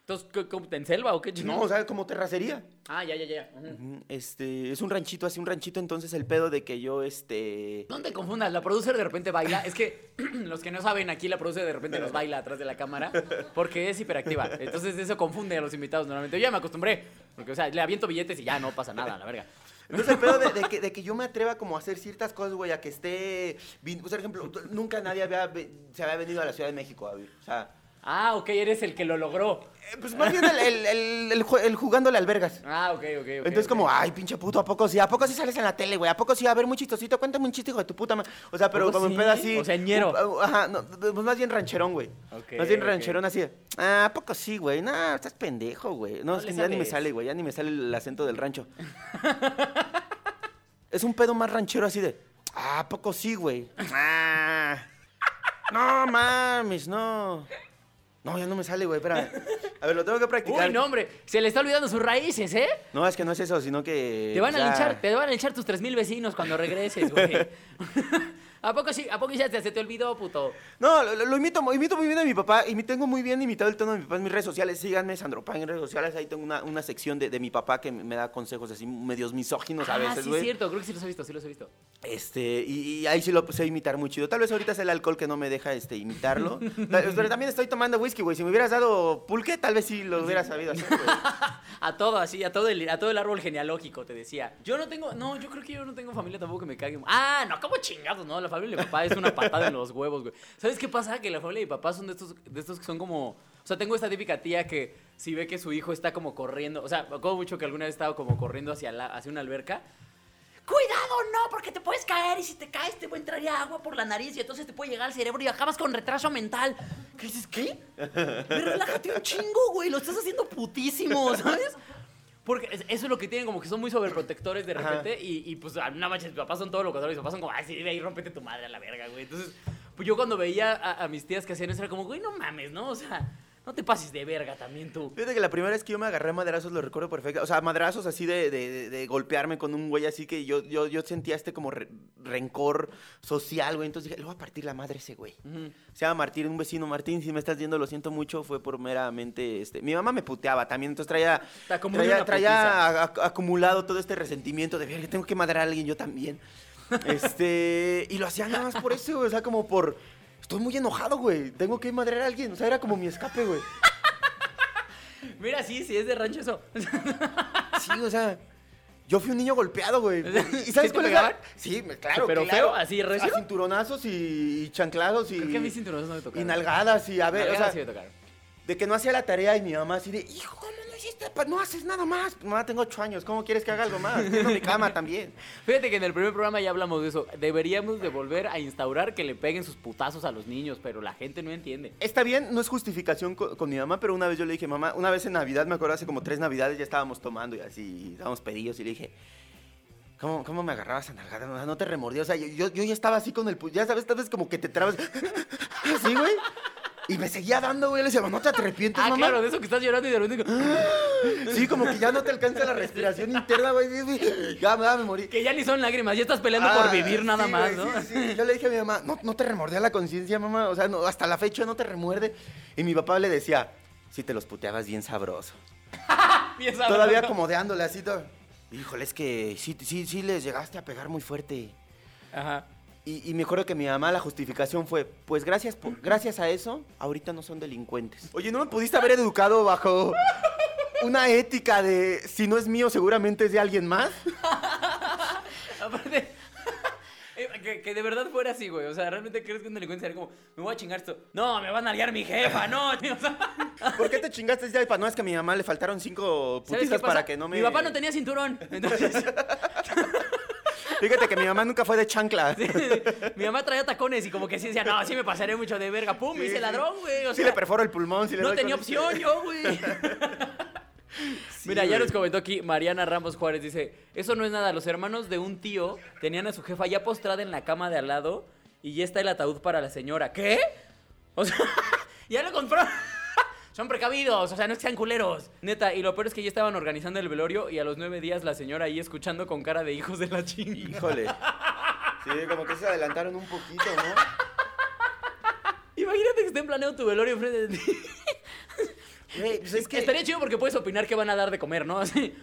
Speaker 1: Entonces, ¿qué- cómo- ¿en selva o qué
Speaker 2: No,
Speaker 1: chingados?
Speaker 2: o sea, como terracería.
Speaker 1: Ah, ya, ya, ya. Ujú.
Speaker 2: Ujú, Este, es un ranchito, así un ranchito, entonces el pedo de que yo, este...
Speaker 1: No te confundas, la producer de repente baila. Es que <clears throat> los que no saben, aquí la producer de repente nos baila atrás de la cámara porque es hiperactiva. Entonces eso confunde a los invitados normalmente. Yo ya me acostumbré, porque o sea, le aviento billetes y ya no pasa nada, la verga.
Speaker 2: Entonces el pedo de, de que, de que yo me atreva como a hacer ciertas cosas, güey, a que esté... vin- Por ejemplo, nunca nadie había, ve- se había venido a la Ciudad de México a vivir, o sea...
Speaker 1: Ah, ok, eres el que lo logró.
Speaker 2: eh, Pues más bien el, el, el- el ju- el jugándole albergas.
Speaker 1: Ah, ok, ok, ok.
Speaker 2: Entonces como, ay, pinche puto, ¿a poco sí? ¿A poco sí sales en la tele, güey? ¿A poco sí? A ver, muy chistosito, cuéntame un chiste, hijo de tu puta madre. O sea, pero
Speaker 1: poco
Speaker 2: como en
Speaker 1: sí?
Speaker 2: pedo así...
Speaker 1: O sea, ñero.
Speaker 2: un- Ajá, no, pues más bien rancherón, güey.
Speaker 1: Ok,
Speaker 2: más bien
Speaker 1: ok.
Speaker 2: rancherón así. de, Ah, ¿a poco sí, güey? No, estás pendejo, güey. No,
Speaker 1: No
Speaker 2: es
Speaker 1: le
Speaker 2: que ya ni me
Speaker 1: sabes.
Speaker 2: sale, güey. Ya ni me sale el acento del rancho. <laughs> es un pedo más ranchero así de... Ah, ¿a poco sí, güey? Ah, no mames, no. No, ya no me sale, güey, espérame. A ver, lo tengo que practicar.
Speaker 1: Uy, no, hombre, se le está olvidando sus raíces, ¿eh?
Speaker 2: No, es que no es eso, sino que.
Speaker 1: Te van
Speaker 2: ya-
Speaker 1: a linchar, te van a linchar tus 3000 vecinos cuando regreses,
Speaker 2: <laughs>
Speaker 1: güey. <laughs> ¿A poco sí? ¿A poco ya te- se te olvidó, puto?
Speaker 2: No, lo, lo- lo imito, mu- imito muy bien a mi papá y me tengo muy bien imitado el tono de mi papá en mis redes sociales. Síganme, Sandro Pan, en redes sociales. Ahí tengo una, una sección de, de mi papá que me da consejos así medios misóginos a
Speaker 1: ah,
Speaker 2: veces,
Speaker 1: sí,
Speaker 2: güey.
Speaker 1: cierto, creo que sí los he visto, sí los he visto.
Speaker 2: Este, y, y ahí sí lo sé imitar muy chido. Tal vez ahorita es el alcohol que no me deja
Speaker 1: <laughs>
Speaker 2: este, imitarlo. Tal- Pero también estoy tomando whisky, güey. Si me hubieras dado pulque, tal vez sí lo hubiera sabido hacer, güey.
Speaker 1: A todo, así, a todo, el, a todo el árbol genealógico, te decía. Yo no tengo, no, yo creo que yo no tengo familia tampoco que me cague. Ah, no, como chingados, no, la familia de mi papá es una patada en los huevos, güey. ¿Sabes qué pasa? Que la familia de mi papá son de estos, de estos que son como, o sea, tengo esta típica tía que si ve que su hijo está como corriendo, o sea, me acuerdo mucho que alguna vez estaba como corriendo hacia, la, hacia una alberca. Cuidado, no, porque te puedes caer y si te caes te entraría agua por la nariz y entonces te puede llegar al cerebro y acabas con retraso mental. ¿Qué dices? ¿Qué? Pero relájate un chingo, güey, lo estás haciendo <laughs> putísimo, ¿sabes? Porque es- eso es lo que tienen, como que son muy sobreprotectores de repente. Y, y pues, ah, no manches, mis papás son todo lo contrario. Mis papás son como, ay, sí, ve ahí, rómpete tu madre a la verga, güey. Entonces, pues yo cuando veía a, a mis tías que hacían eso, era como, güey, no mames, ¿no? O sea, no te pases de verga también tú.
Speaker 2: Fíjate que la primera vez que yo me agarré a madrazos, lo recuerdo perfecto. O sea, madrazos así de, de- de- de golpearme con un güey así que yo, yo, yo sentía este como re- rencor social, güey. Entonces dije, le voy a partir la madre a ese güey. Se llama Martín, un vecino. Martín, si me estás viendo, lo siento mucho. Fue por meramente, este... Mi mamá me puteaba también, entonces traía...
Speaker 1: Te acumula
Speaker 2: Traía,
Speaker 1: una
Speaker 2: traía a- a- acumulado todo este resentimiento de, verga, tengo que madrar a alguien
Speaker 1: <laughs>
Speaker 2: yo también. Este... Y lo hacía nada más por eso, güey. O sea, como por... Estoy muy enojado, güey. Tengo que madrear a alguien. O sea, era como mi escape, güey.
Speaker 1: Mira, sí, sí, es de rancho eso.
Speaker 2: Sí, o sea, yo fui un niño golpeado, güey.
Speaker 1: O sea,
Speaker 2: ¿Y
Speaker 1: <laughs> ¿sí
Speaker 2: sabes
Speaker 1: te
Speaker 2: cuál es
Speaker 1: pegaban?
Speaker 2: la... Sí, me-
Speaker 1: <laughs>
Speaker 2: claro,
Speaker 1: ¿Pero
Speaker 2: claro.
Speaker 1: feo? ¿Así, recio?
Speaker 2: A cinturonazos y, y chanclados y...
Speaker 1: Creo que a mí cinturones no me tocaron.
Speaker 2: Y nalgadas y a ver,
Speaker 1: Nalgadas
Speaker 2: o
Speaker 1: sí
Speaker 2: sea,
Speaker 1: me tocaron.
Speaker 2: de que no hacía la tarea y mi mamá así de, hijo, ¿cómo no hiciste? pa- No haces nada más. Mamá, tengo ocho años, ¿cómo quieres que haga algo más? Tengo mi cama también.
Speaker 1: Fíjate que en el primer programa ya hablamos de eso. Deberíamos de volver a instaurar que le peguen sus putazos a los niños, pero la gente no entiende.
Speaker 2: Está bien, no es justificación co- con, mi mamá, pero una vez yo le dije, mamá, una vez en Navidad, me acuerdo hace como tres Navidades, ya estábamos tomando y así, y dábamos pedillos y le dije, ¿cómo, cómo me agarrabas a nalgada? No, no te remordía, o sea, yo, yo- yo ya estaba así con el, pu- ya sabes, tal vez como que te trabas, así, güey. Y me seguía dando, güey, le decía, no te arrepientes,
Speaker 1: Ah,
Speaker 2: mamá.
Speaker 1: claro, de eso que estás llorando y de repente... "Ah,
Speaker 2: Sí, como que ya no te alcanza la respiración interna, güey, y- y- ya, ya me morí.
Speaker 1: Que ya ni son lágrimas, ya estás peleando por
Speaker 2: Ah,
Speaker 1: vivir nada
Speaker 2: sí,
Speaker 1: más,
Speaker 2: güey,
Speaker 1: ¿no?
Speaker 2: sí, sí. Yo le dije a mi mamá, no, no te remordía la conciencia, mamá. O sea, no, hasta la fecha no te remuerde. Y mi papá le decía, si te los puteabas bien sabroso.
Speaker 1: <laughs> Bien sabroso.
Speaker 2: Todavía acomodándole así. todo. Híjole, es que sí, sí, sí les llegaste a pegar muy fuerte.
Speaker 1: Ajá.
Speaker 2: Y, y me acuerdo que mi mamá la justificación fue, pues gracias, por- gracias a eso, ahorita no son delincuentes. Oye, ¿no me pudiste <laughs> haber educado bajo una ética de si no es mío seguramente es de alguien más?
Speaker 1: Aparte, <laughs> eh, que de verdad fuera así, güey. O sea, realmente crees que un delincuente sería como, me voy a chingar esto. No, me va a nalguear mi jefa, <laughs> no, tío. O sea,
Speaker 2: ¿Por qué te chingaste ese iPad? No, es que a mi mamá le faltaron cinco
Speaker 1: ¿sabes qué
Speaker 2: putizas
Speaker 1: pasa?
Speaker 2: para que no me...
Speaker 1: Mi papá no tenía cinturón. <laughs> Entonces,
Speaker 2: Fíjate que mi mamá nunca fue
Speaker 1: <laughs>
Speaker 2: de chancla. Sí,
Speaker 1: mi mamá traía tacones y como que sí decía, no, sí me pasaré mucho de verga. Pum, me hice ladrón, güey. O sea,
Speaker 2: le perforo el pulmón. sí le
Speaker 1: no
Speaker 2: doy
Speaker 1: tenía
Speaker 2: con-
Speaker 1: opción yo, güey.
Speaker 2: <laughs> Sí,
Speaker 1: Mira, ya
Speaker 2: güey.
Speaker 1: nos comentó aquí Mariana Ramos Juárez, dice, eso no es nada, los hermanos de un tío tenían a su jefa ya postrada en la cama de al lado y ya está el ataúd para la señora. ¿Qué? O sea, <laughs> ya lo compró. <laughs> Son precavidos, o sea, no sean culeros. Neta, y lo peor es que ya estaban organizando el velorio y a los nueve días la señora ahí escuchando con cara de hijos de la chingada.
Speaker 2: Híjole.
Speaker 3: Sí, como que se adelantaron un poquito, ¿no?
Speaker 1: Imagínate que estén planeando tu velorio enfrente de ti.
Speaker 2: Güey, pues
Speaker 1: Es que estaría chido porque puedes opinar qué van a dar de comer, ¿no? Así.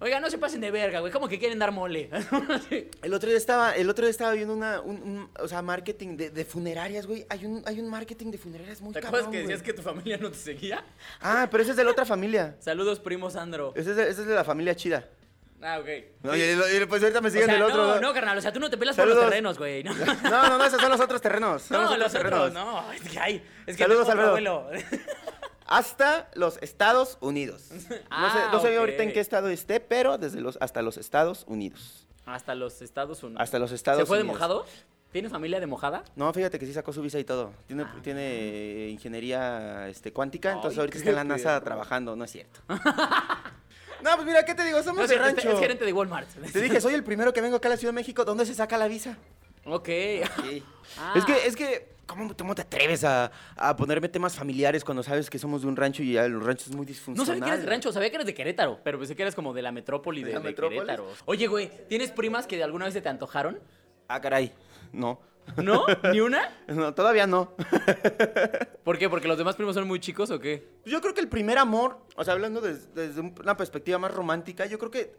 Speaker 1: Oiga, no se pasen de verga, güey. ¿Cómo que quieren dar mole? <laughs> Así.
Speaker 2: El otro día estaba, el otro día estaba viendo una, un, un- o sea, marketing de, de funerarias, güey. Hay un, hay un marketing de funerarias muy
Speaker 1: ¿Te
Speaker 2: cabrón,
Speaker 1: acuerdas que
Speaker 2: güey.
Speaker 1: decías que tu familia no te seguía?
Speaker 2: Ah, pero ese es de la otra familia.
Speaker 1: Saludos, primo Sandro.
Speaker 2: Ese es de, ese es de la familia chida.
Speaker 1: Ah, ok.
Speaker 2: No, y, y- pues ahorita me siguen
Speaker 1: O sea,
Speaker 2: del otro.
Speaker 1: no, no, carnal, o sea, tú no te pelas por los
Speaker 2: Saludos.
Speaker 1: terrenos, güey. <laughs> No, no,
Speaker 2: <laughs> No, no, no, esos son los otros terrenos. Son
Speaker 1: los,
Speaker 2: los otros
Speaker 1: otros,
Speaker 2: terrenos.
Speaker 1: no. Es que hay. Es que
Speaker 2: Saludos,
Speaker 1: tengo otro
Speaker 2: Alfredo.
Speaker 1: abuelo. <laughs>
Speaker 2: Hasta los Estados Unidos. No sé,
Speaker 1: Ah,
Speaker 2: no sé
Speaker 1: ok.
Speaker 2: ahorita en qué estado esté, pero desde los, hasta los Estados Unidos.
Speaker 1: Hasta los Estados Unidos.
Speaker 2: Hasta los Estados
Speaker 1: ¿Se fue de
Speaker 2: Unidos.
Speaker 1: mojado? ¿Tienes familia de mojada?
Speaker 2: No, fíjate que sí sacó su visa y todo. Tiene,
Speaker 1: Ah.
Speaker 2: tiene ingeniería este, cuántica, entonces
Speaker 1: Ay,
Speaker 2: ahorita
Speaker 1: qué
Speaker 2: está en la NASA
Speaker 1: perro.
Speaker 2: trabajando, no es cierto. no, pues mira, ¿qué te digo?
Speaker 1: <laughs>
Speaker 2: Somos
Speaker 1: No,
Speaker 2: de
Speaker 1: es, este, es-
Speaker 2: rancho.
Speaker 1: es gerente de Walmart. <laughs>
Speaker 2: Te dije, soy el primero que vengo acá a la Ciudad de México, ¿dónde se saca la visa?
Speaker 1: Ok. Ah.
Speaker 2: <laughs> Es que, es que, ¿cómo, cómo te atreves a, a ponerme temas familiares cuando sabes que somos de un rancho y ya el rancho es muy
Speaker 1: No
Speaker 2: disfuncional?
Speaker 1: sabía que eras de rancho, sabía que eres de Querétaro, pero pensé que eras como de la metrópoli de,
Speaker 3: ¿De la
Speaker 1: de
Speaker 3: metrópolis?
Speaker 1: Querétaro. Oye, güey, ¿tienes primas que de alguna vez se te antojaron?
Speaker 2: Ah, caray, no. <laughs>
Speaker 1: ¿No? ¿Ni una?
Speaker 2: No, todavía no. Pues
Speaker 1: ¿Por qué? ¿Porque los demás primos son muy chicos o qué?
Speaker 2: Yo creo que el primer amor, o sea, hablando des- desde un- una perspectiva más romántica, yo creo que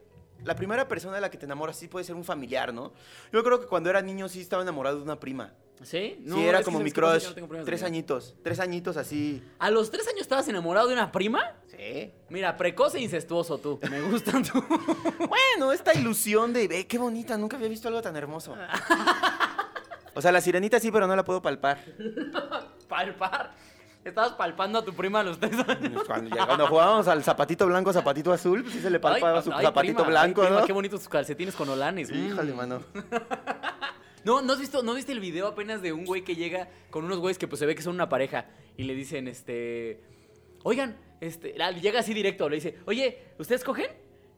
Speaker 2: la primera persona de la que te enamoras sí puede ser un familiar, ¿no? Yo creo que cuando era niño sí estaba enamorado de una prima.
Speaker 1: ¿Sí?
Speaker 2: sí,
Speaker 1: es
Speaker 2: era
Speaker 1: que
Speaker 2: como
Speaker 1: ¿sabes
Speaker 2: mi
Speaker 1: qué pasa? Yo
Speaker 2: crush.
Speaker 1: no tengo primas de
Speaker 2: tres
Speaker 1: niño.
Speaker 2: añitos, tres añitos así.
Speaker 1: ¿A los tres años estabas enamorado de una prima?
Speaker 2: Sí.
Speaker 1: Mira, precoz e incestuoso tú. Me gustan tú.
Speaker 2: Bueno, esta ilusión de, ve, qué bonita, nunca había visto algo tan hermoso.
Speaker 1: Ah.
Speaker 2: O sea, la sirenita sí, pero no la
Speaker 1: <laughs>
Speaker 2: puedo palpar.
Speaker 1: <laughs> Palpar. Estabas palpando a tu prima a los tres años.
Speaker 2: Cuando, ya- cuando jugábamos al zapatito blanco, zapatito azul, pues sí se le palpaba
Speaker 1: Ay,
Speaker 2: su
Speaker 1: ay,
Speaker 2: zapatito
Speaker 1: prima,
Speaker 2: blanco,
Speaker 1: ay, prima,
Speaker 2: ¿no?
Speaker 1: Qué bonitos tus calcetines con olanes. mm.
Speaker 2: Híjole, mano.
Speaker 1: No, ¿no has visto, no viste el video apenas de un güey que llega con unos güeyes que pues se ve que son una pareja y le dicen, este, oigan, este, la- llega así directo, le dice, oye, ¿ustedes cogen?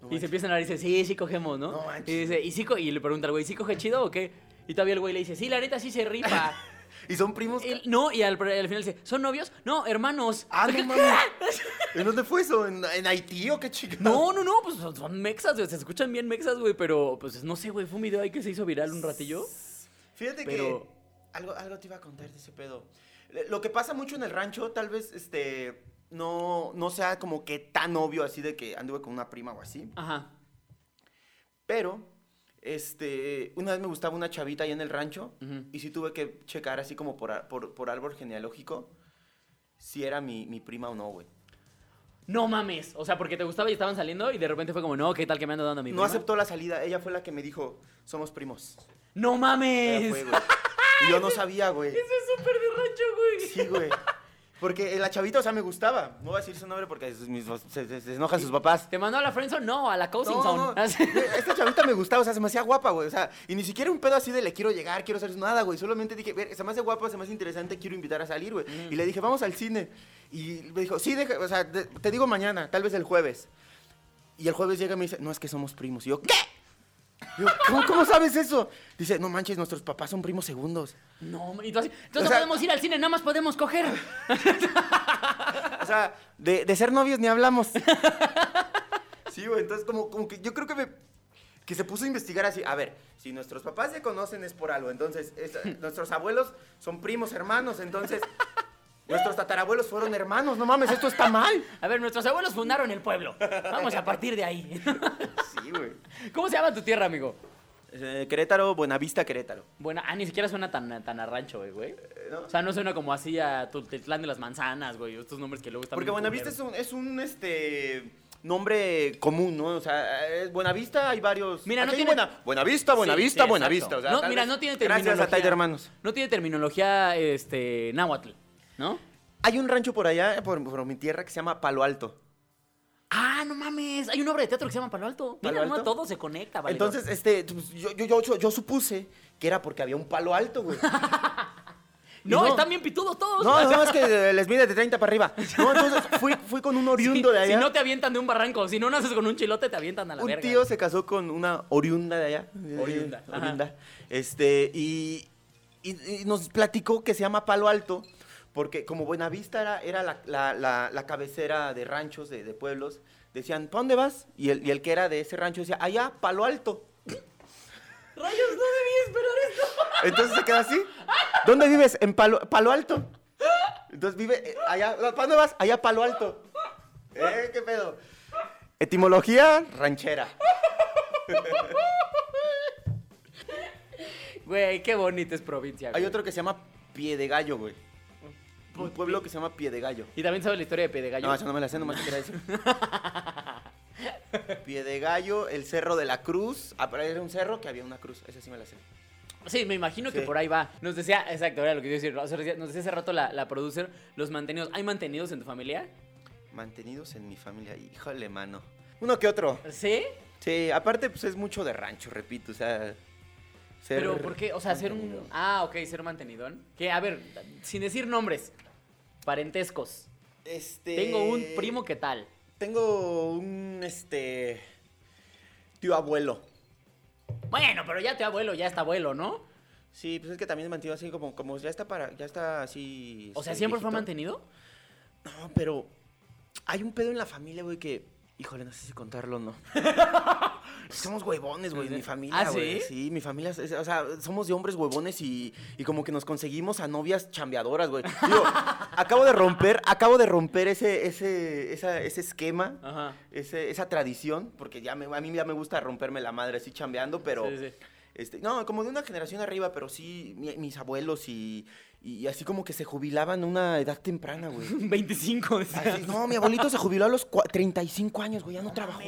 Speaker 1: y se empiezan a hablar y dice, sí, sí cogemos, ¿no?
Speaker 2: No manches.
Speaker 1: y dice, y sí co-" y le pregunta al güey, ¿sí coge chido o qué? Y todavía el güey le dice, sí, la neta sí se
Speaker 2: <laughs>
Speaker 1: rifa.
Speaker 2: Y son primos.
Speaker 1: Y- no, y al, al final dice, ¿son novios? No, hermanos.
Speaker 2: Ah,
Speaker 1: <laughs>
Speaker 2: no mames. ¿En dónde fue eso? ¿En, en Haití o qué chica?
Speaker 1: No, no, no, pues son, son mexas, güey, se escuchan bien mexas, güey, pero pues no sé, güey, fue un video ahí que se hizo viral un ratillo.
Speaker 2: Fíjate
Speaker 1: Pero-
Speaker 2: que algo, algo te iba a contar de ese pedo. Le- Lo que pasa mucho en el rancho, tal vez, este, no, no sea como que tan obvio así de que anduve con una prima o así.
Speaker 1: Ajá.
Speaker 2: Pero, este, una vez me gustaba una chavita ahí en el rancho
Speaker 1: Ujú.
Speaker 2: y sí tuve que checar así como por, ar- por, por árbol genealógico si era mi, mi prima o no, güey.
Speaker 1: No mames. O sea, porque te gustaba y estaban saliendo y de repente fue como, no, ¿qué tal que me ando dando a mi
Speaker 2: No
Speaker 1: prima?
Speaker 2: aceptó la salida, ella fue la que me dijo, somos primos.
Speaker 1: ¡No
Speaker 2: Ella
Speaker 1: mames!
Speaker 2: fue, güey. Y yo no sabía,
Speaker 1: <laughs>
Speaker 2: güey.
Speaker 1: Eso es súper de rancho, güey.
Speaker 2: Sí, güey. Porque la chavita, o sea, me gustaba. No voy a decir su nombre porque sus- mis- se, se- se enojan sus papás.
Speaker 1: ¿Te mandó a la friendzone? No, a la
Speaker 2: No,
Speaker 1: Cousin <laughs>
Speaker 2: no, Esta chavita me gustaba, o sea, se me hacía guapa, güey. O sea, y ni siquiera un pedo así de le quiero llegar, quiero hacer nada, güey. Solamente dije, ver, se me hace guapa, se me hace interesante, quiero invitar a salir, güey. Y le dije, vamos al cine. Y me dijo, sí, deja, o sea, te, te digo mañana, tal vez el jueves. Y el jueves llega y me dice, no, es que somos primos. Y yo, ¿qué? Yo, ¿Cómo, cómo sabes eso? Dice, no manches, nuestros papás son primos segundos.
Speaker 1: No, y tú así, Entonces
Speaker 2: O
Speaker 1: no
Speaker 2: sea-
Speaker 1: podemos ir al cine, nada más podemos coger.
Speaker 2: O sea, de, de ser novios ni hablamos. <laughs> Sí, güey, entonces como, como que yo creo que me- que se puso a investigar así, a ver, si nuestros papás se conocen es por algo, entonces <laughs> es- nuestros abuelos son primos, hermanos, entonces nuestros tatarabuelos fueron hermanos, no mames, esto está mal.
Speaker 1: A ver, nuestros abuelos fundaron el pueblo. Vamos a partir de ahí. <laughs>
Speaker 2: Sí, güey.
Speaker 1: ¿Cómo se llama tu tierra, amigo?
Speaker 2: Eh, Querétaro, Buenavista, Querétaro.
Speaker 1: Bueno, ah, ni siquiera suena tan, tan a rancho, güey, güey.
Speaker 2: Eh, ¿no?
Speaker 1: O sea, no suena como así a Tultitlán de las Manzanas, güey. Estos nombres que luego están
Speaker 2: Porque
Speaker 1: bien
Speaker 2: Buenavista
Speaker 1: culeros.
Speaker 2: es un, es un, este, nombre común, ¿no? O sea, es Buenavista, hay varios.
Speaker 1: Mira, no
Speaker 2: aquí hay
Speaker 1: tiene-
Speaker 2: Buena, Buenavista,
Speaker 1: Sí,
Speaker 2: Buenavista,
Speaker 1: sí,
Speaker 2: Buenavista.
Speaker 1: exacto.
Speaker 2: O sea,
Speaker 1: No,
Speaker 2: tal
Speaker 1: mira,
Speaker 2: vez-
Speaker 1: no tiene
Speaker 2: Gracias a
Speaker 1: terminología.
Speaker 2: Taita Hermanos.
Speaker 1: No tiene terminología este, náhuatl, ¿no?
Speaker 2: Hay un rancho por allá, por, por mi tierra, que se llama Palo Alto.
Speaker 1: Ah, no mames. Hay una obra de teatro que se llama Palo Alto. Mira,
Speaker 2: ¿Palo
Speaker 1: no,
Speaker 2: Alto?
Speaker 1: todo se conecta, vale.
Speaker 2: Entonces, este, pues, yo, yo, yo, yo supuse que era porque había un palo alto,
Speaker 1: <laughs>
Speaker 2: güey.
Speaker 1: no,
Speaker 2: no.
Speaker 1: están bien pitudos todos. Ah,
Speaker 2: No, no, es que eh, les mide de 30 para arriba. No, entonces fui, fui con un oriundo de
Speaker 1: Si-
Speaker 2: allá.
Speaker 1: Si no te avientan de un barranco, si no naces con un chilote, te avientan a la
Speaker 2: un
Speaker 1: verga.
Speaker 2: tío se casó con una oriunda de allá. Eh,
Speaker 1: Oriunda, ajá.
Speaker 2: oriunda. Este, y, y- y nos platicó que se llama Palo Alto, porque como Buenavista era, era la, la- la- la cabecera de ranchos, de, de pueblos, decían, ¿para dónde vas? Y el, y el que era de ese rancho decía, allá, Palo Alto.
Speaker 1: Rayos, no debí esperar esto.
Speaker 2: Entonces se queda así. ¿Dónde vives? En Palo, Palo Alto. Entonces vive eh, allá. ¿Para dónde vas? Allá Palo Alto. ¿Eh? ¿Qué pedo? Etimología ranchera.
Speaker 1: Güey, qué bonita es provincia.
Speaker 2: Hay
Speaker 1: güey.
Speaker 2: otro que se llama Pie de Gallo, güey. Un pueblo que se llama Pie de Gallo.
Speaker 1: Y también sabes la historia de Pedegallo.
Speaker 2: No, eso no me la sé, nomás te quería decir. Pie de Gallo, el Cerro de la Cruz. Ah, pero era un cerro que había una cruz. Esa sí me la sé.
Speaker 1: Sí, me imagino que
Speaker 2: Sí.
Speaker 1: por ahí va. Nos decía, exacto, era lo que yo iba a decir. Nos decía- Nos decía hace rato la, la producer, los mantenidos. ¿Hay mantenidos en tu familia?
Speaker 2: Mantenidos en mi familia. Híjole, mano. Uno que otro.
Speaker 1: ¿Sí?
Speaker 2: Sí, aparte, pues es mucho de rancho, repito, o sea. ser
Speaker 1: Pero, ¿por qué? O sea, ser un...
Speaker 2: mantenido.
Speaker 1: Ah, ok, ser mantenidón. Que, a ver, sin decir nombres, parentescos.
Speaker 2: Este.
Speaker 1: Tengo un primo que tal.
Speaker 2: Tengo un, este. Tío abuelo.
Speaker 1: Bueno, pero ya te abuelo, ya está abuelo, ¿no?
Speaker 2: Sí, pues es que también mantenido así, como, como ya está para. Ya está así.
Speaker 1: O sea,
Speaker 2: este,
Speaker 1: ¿siempre fue
Speaker 2: viejito.
Speaker 1: mantenido?
Speaker 2: No, pero. Hay un pedo en la familia, güey, que. Híjole, no sé si contarlo
Speaker 1: <laughs>
Speaker 2: o no. somos huevones, güey, mi familia,
Speaker 1: ¿Ah, sí?
Speaker 2: güey. Sí, mi familia, es- o sea, somos de hombres huevones y, y como que nos conseguimos a novias chambeadoras, güey.
Speaker 1: <laughs>
Speaker 2: Digo, acabo de romper, acabo de romper ese, ese, esa- ese esquema,
Speaker 1: Ajá.
Speaker 2: ese- esa tradición, porque ya me- a mí ya me gusta romperme la madre así chambeando, pero...
Speaker 1: Sí, <laughs> sí.
Speaker 2: Este, no, como de una generación arriba, pero sí, mi- mis abuelos y, y así como que se jubilaban a una edad temprana, güey.
Speaker 1: 25.
Speaker 2: Así, no, mi abuelito se jubiló a los cua- 35 años, güey, ya no trabajó.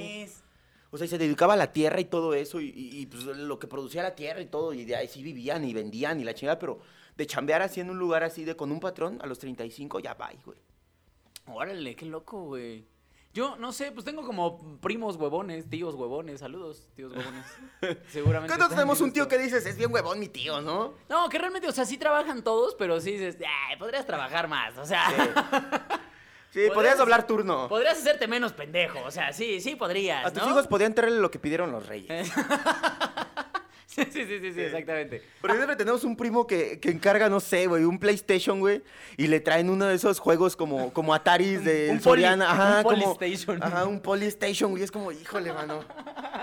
Speaker 2: O sea, y se dedicaba a la tierra y todo eso, y, y- y, pues, lo que producía la tierra y todo, y de ahí sí vivían y vendían y la chingada, pero de chambear así en un lugar así de con un patrón a los 35, ya bye, güey.
Speaker 1: Órale, qué loco, güey. Yo no sé, pues tengo como primos huevones, tíos huevones. Saludos, tíos
Speaker 2: <laughs>
Speaker 1: huevones. Seguramente.
Speaker 2: Nosotros
Speaker 1: están
Speaker 2: tenemos
Speaker 1: viendo
Speaker 2: un tío
Speaker 1: esto.
Speaker 2: que dices, es bien huevón mi tío, ¿no?
Speaker 1: No, que realmente, o sea, sí trabajan todos, pero sí dices, "Ay, podrías trabajar más. O sea,
Speaker 2: Sí, podías doblar turno.
Speaker 1: podrías hacerte menos pendejo. O sea, sí, sí podrías.
Speaker 2: A tus
Speaker 1: ¿no?
Speaker 2: hijos podían traerle lo que pidieron los reyes.
Speaker 1: <laughs> sí, sí, sí, sí, sí, exactamente.
Speaker 2: Porque siempre tenemos un primo que, que encarga, no sé, güey, un PlayStation, güey, y le traen uno de esos juegos como, como Ataris de
Speaker 1: Un- un poli-
Speaker 2: Soriana. ajá,
Speaker 1: un
Speaker 2: como-
Speaker 1: Polystation.
Speaker 2: Ajá, un Polystation, güey. Es como, híjole, mano,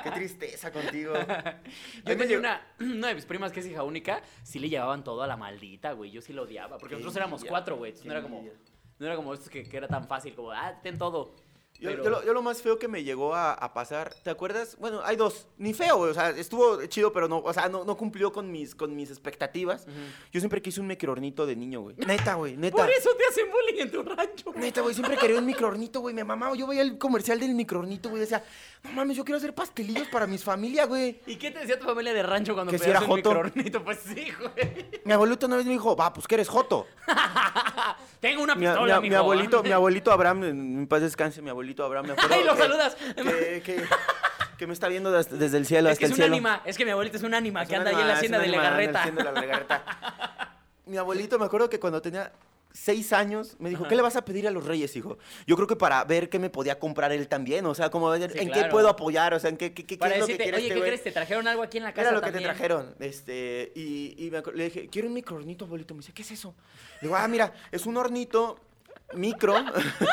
Speaker 2: qué tristeza contigo. A
Speaker 1: Yo
Speaker 2: mí me
Speaker 1: tenía
Speaker 2: llegó-
Speaker 1: una, <clears throat> una de mis primas que es hija única, sí le llevaban todo a la maldita, güey. Yo sí la odiaba, porque
Speaker 2: Qué
Speaker 1: nosotros éramos
Speaker 2: envidia,
Speaker 1: cuatro, güey. Entonces no
Speaker 2: qué
Speaker 1: era como,
Speaker 2: envidia.
Speaker 1: no era como esto que, que era tan fácil, como, ah, ten todo.
Speaker 2: Yo,
Speaker 1: Pero-
Speaker 2: yo lo, yo lo más feo que me llegó a, a pasar, ¿te acuerdas? Bueno, hay dos. Ni feo, güey, o sea, estuvo chido, pero no, o sea, no, no cumplió con mis, con mis expectativas. Yo siempre quise un microornito de niño, güey. Neta, güey, neta.
Speaker 1: Por eso te hacen bullying en tu rancho. güey.
Speaker 2: Neta, güey, siempre quería un microornito, güey. Mi mamá, yo veía el comercial del microornito, güey. Decía, no mames, yo quiero hacer pastelillos para mis familias, güey.
Speaker 1: ¿Y qué te decía tu familia de rancho cuando
Speaker 2: Que si
Speaker 1: pedías
Speaker 2: era
Speaker 1: un
Speaker 2: joto.
Speaker 1: microornito? Pues sí, güey.
Speaker 2: Mi abuelito una vez me dijo, va, pues que
Speaker 1: <laughs>
Speaker 2: eres joto.
Speaker 1: Tengo una
Speaker 2: Mi,
Speaker 1: pistola,
Speaker 2: mi- mi
Speaker 1: mijo. <laughs>
Speaker 2: abuelito, mi abuelito Abraham, en en paz descanse, mi abuelito Abraham, me acuerdo.
Speaker 1: Ay, lo
Speaker 2: que-
Speaker 1: saludas.
Speaker 2: Que, que- que me está viendo des- desde, el cielo
Speaker 1: Es
Speaker 2: hasta
Speaker 1: que es un
Speaker 2: el cielo.
Speaker 1: ánima, es que mi abuelito es un ánima
Speaker 2: Es
Speaker 1: que
Speaker 2: un
Speaker 1: anda ahí en la
Speaker 2: animal, es
Speaker 1: hacienda
Speaker 2: un
Speaker 1: de
Speaker 2: animal, en la
Speaker 1: Legarreta.
Speaker 2: hacienda de la Legarreta. <laughs> Mi abuelito, me acuerdo que cuando tenía seis años, me dijo, ¿qué le vas a pedir a los reyes, hijo? Yo creo que para ver qué me podía comprar él también, o sea, como ver
Speaker 1: Sí,
Speaker 2: en
Speaker 1: claro.
Speaker 2: qué puedo apoyar, o sea, en qué, qué, qué- qué
Speaker 1: Para
Speaker 2: es lo que
Speaker 1: decirte,
Speaker 2: quiere
Speaker 1: oye,
Speaker 2: este
Speaker 1: ¿qué
Speaker 2: güey".
Speaker 1: crees? ¿Te trajeron algo aquí en la casa
Speaker 2: Era lo que
Speaker 1: también?
Speaker 2: te trajeron. Este, y, y me acu- le dije, quiero un microornito, abuelito. Me dice, ¿qué es eso? Le digo, ah, mira, es un hornito micro
Speaker 1: <laughs>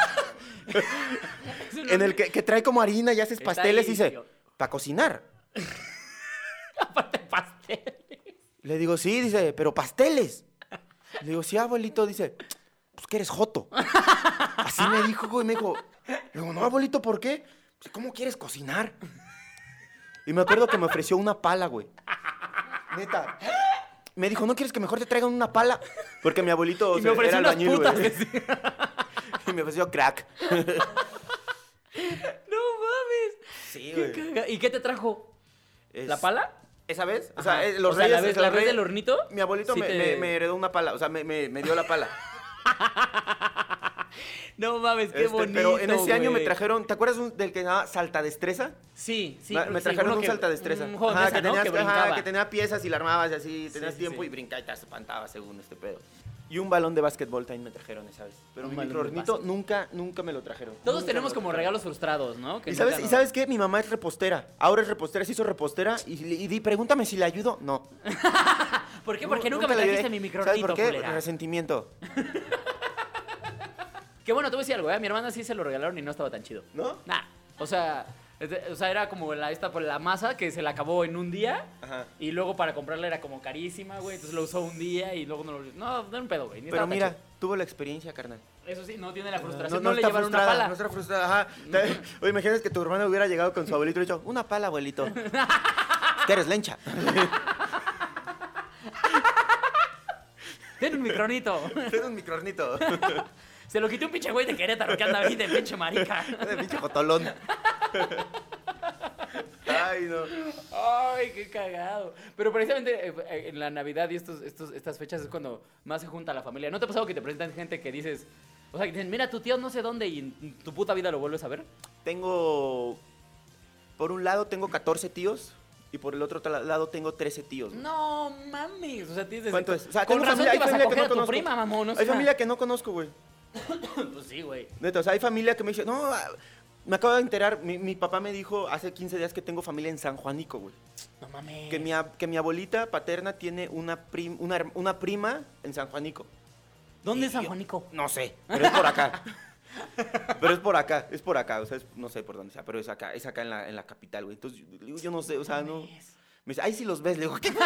Speaker 1: Es un
Speaker 2: en el que, que trae como harina y haces
Speaker 1: Está
Speaker 2: pasteles.
Speaker 1: ahí,
Speaker 2: Y dice,
Speaker 1: tío.
Speaker 2: ¿para cocinar?
Speaker 1: aparte pastel.
Speaker 2: Le digo, sí, dice, pero pasteles. Le digo, sí, abuelito, dice, pues que eres joto. Así me dijo, güey, me dijo, le digo, no, abuelito, ¿por qué? Pues, ¿Cómo quieres cocinar? Y me acuerdo que me ofreció una pala, güey. Neta. Me dijo, ¿no quieres que mejor te traigan una pala? Porque mi abuelito o
Speaker 1: Y me
Speaker 2: sea,
Speaker 1: ofreció
Speaker 2: era
Speaker 1: unas
Speaker 2: albañil,
Speaker 1: putas.
Speaker 2: güey. Y me ofreció crack.
Speaker 1: No
Speaker 2: Sí,
Speaker 1: Qué
Speaker 2: güey.
Speaker 1: caga- ¿Y qué te trajo? ¿La
Speaker 2: Es-
Speaker 1: pala?
Speaker 2: ¿Esa vez? O sea,
Speaker 1: Ajá.
Speaker 2: eh, los
Speaker 1: O sea,
Speaker 2: reyes...
Speaker 1: ¿La vez,
Speaker 2: los
Speaker 1: la vez
Speaker 2: reyes-
Speaker 1: del hornito?
Speaker 2: Mi abuelito
Speaker 1: sí
Speaker 2: me,
Speaker 1: te-
Speaker 2: me- me heredó una pala, o sea, me, me- me dio la pala.
Speaker 1: No mames, qué
Speaker 2: Este,
Speaker 1: bonito.
Speaker 2: Pero en ese año me
Speaker 1: güey.
Speaker 2: trajeron, ¿te acuerdas un- del que se llamaba Salta Destreza?
Speaker 1: Sí, sí.
Speaker 2: me
Speaker 1: creo
Speaker 2: me
Speaker 1: que sí,
Speaker 2: trajeron
Speaker 1: uno
Speaker 2: un
Speaker 1: que-
Speaker 2: salta destreza.
Speaker 1: Un juego de esa, ¿no?
Speaker 2: que, tenías,
Speaker 1: que
Speaker 2: ajá,
Speaker 1: brincaba.
Speaker 2: que tenía piezas y la armabas y así, tenías
Speaker 1: sí,
Speaker 2: tiempo
Speaker 1: sí.
Speaker 2: y brincaba y te espantabas según este pedo. Y un balón de básquetbol también me trajeron esa vez. Pero
Speaker 1: Un
Speaker 2: mi
Speaker 1: balón de
Speaker 2: microornito
Speaker 1: básquet.
Speaker 2: nunca, nunca me lo trajeron.
Speaker 1: Todos
Speaker 2: Nunca
Speaker 1: tenemos
Speaker 2: me lo
Speaker 1: como
Speaker 2: trajeron.
Speaker 1: regalos frustrados, ¿no? Que
Speaker 2: ¿Y
Speaker 1: nunca
Speaker 2: sabes, ¿Y
Speaker 1: nos-
Speaker 2: sabes qué? Mi mamá es repostera. Ahora es repostera, se hizo repostera y, le- y di, pregúntame si le ayudo. No.
Speaker 1: ¿Por qué? Porque
Speaker 2: Nu-
Speaker 1: nunca, me
Speaker 2: le ayudé.
Speaker 1: trajiste mi
Speaker 2: ¿Sabes por
Speaker 1: microornito,
Speaker 2: qué?
Speaker 1: culera.
Speaker 2: Resentimiento.
Speaker 1: Que bueno, te voy a decir algo, ¿eh? A mi hermana sí se lo regalaron y no estaba tan chido. <laughs>
Speaker 2: ¿No?
Speaker 1: Nah, o sea, este- o sea, era como la esta por la masa que se la acabó en un día
Speaker 2: Ajá.
Speaker 1: y luego para comprarla era como carísima, güey, entonces lo usó un día y luego no lo No, no era un pedo, güey. ni
Speaker 2: Pero
Speaker 1: estaba tan
Speaker 2: mira,
Speaker 1: chido.
Speaker 2: tuvo la experiencia, carnal.
Speaker 1: eso sí, no tiene la frustración, no, le
Speaker 2: está
Speaker 1: llevaron una
Speaker 2: frustrada,
Speaker 1: pala.
Speaker 2: No está frustrada, ajá. Oye, imagínate que tu hermano hubiera llegado con su abuelito y dicho, una
Speaker 1: <laughs>
Speaker 2: pala, abuelito. que eres lencha.
Speaker 1: Tiene un micronito.
Speaker 2: Eres un microornito.
Speaker 1: <laughs> se lo quitó un pinche güey de Querétaro que anda ahí de pinche marica. <laughs>
Speaker 2: Eres pinche jotolón. Ay, no.
Speaker 1: Ay, qué cagado. Pero precisamente eh, eh, en la Navidad y estos, estos, estas fechas es cuando más se junta la familia. ¿No te ha pasado que te presentan gente que dices, o sea, que dicen, mira, tu tío no sé dónde y en tu puta vida lo vuelves a ver?
Speaker 2: Tengo... Por un lado tengo 14 tíos y por el otro ta- lado tengo 13 tíos. güey.
Speaker 1: No mames, o sea, tienes
Speaker 2: ¿Cuánto es? O sea,
Speaker 1: Con
Speaker 2: tengo
Speaker 1: razón
Speaker 2: familia-
Speaker 1: te
Speaker 2: hay
Speaker 1: vas a
Speaker 2: familia que
Speaker 1: coger
Speaker 2: no
Speaker 1: a tu
Speaker 2: conozco.
Speaker 1: prima, mamón. no
Speaker 2: Hay
Speaker 1: sea-
Speaker 2: familia que no conozco, güey.
Speaker 1: <laughs> Pues sí, güey.
Speaker 2: Neta, o sea, hay familia que me dice, no, ah, me acabo de enterar, mi, mi papá me dijo hace 15 días que tengo familia en San Juanico, güey.
Speaker 1: No mames.
Speaker 2: Que mi, ab- que mi abuelita paterna tiene una, prim- una, her- una prima en San Juanico.
Speaker 1: ¿Dónde es
Speaker 2: Y
Speaker 1: San
Speaker 2: Eh, yo-
Speaker 1: Juanico?
Speaker 2: No sé, pero es por <laughs> acá. pero es por acá, es por acá, o sea, es- no sé por dónde sea, pero es acá, es acá en la, en la capital, güey. Entonces, yo, le digo, yo no sé, o sea, no...
Speaker 1: Mames.
Speaker 2: Me dice, ahí sí los ves, le digo, ¿qué? <laughs>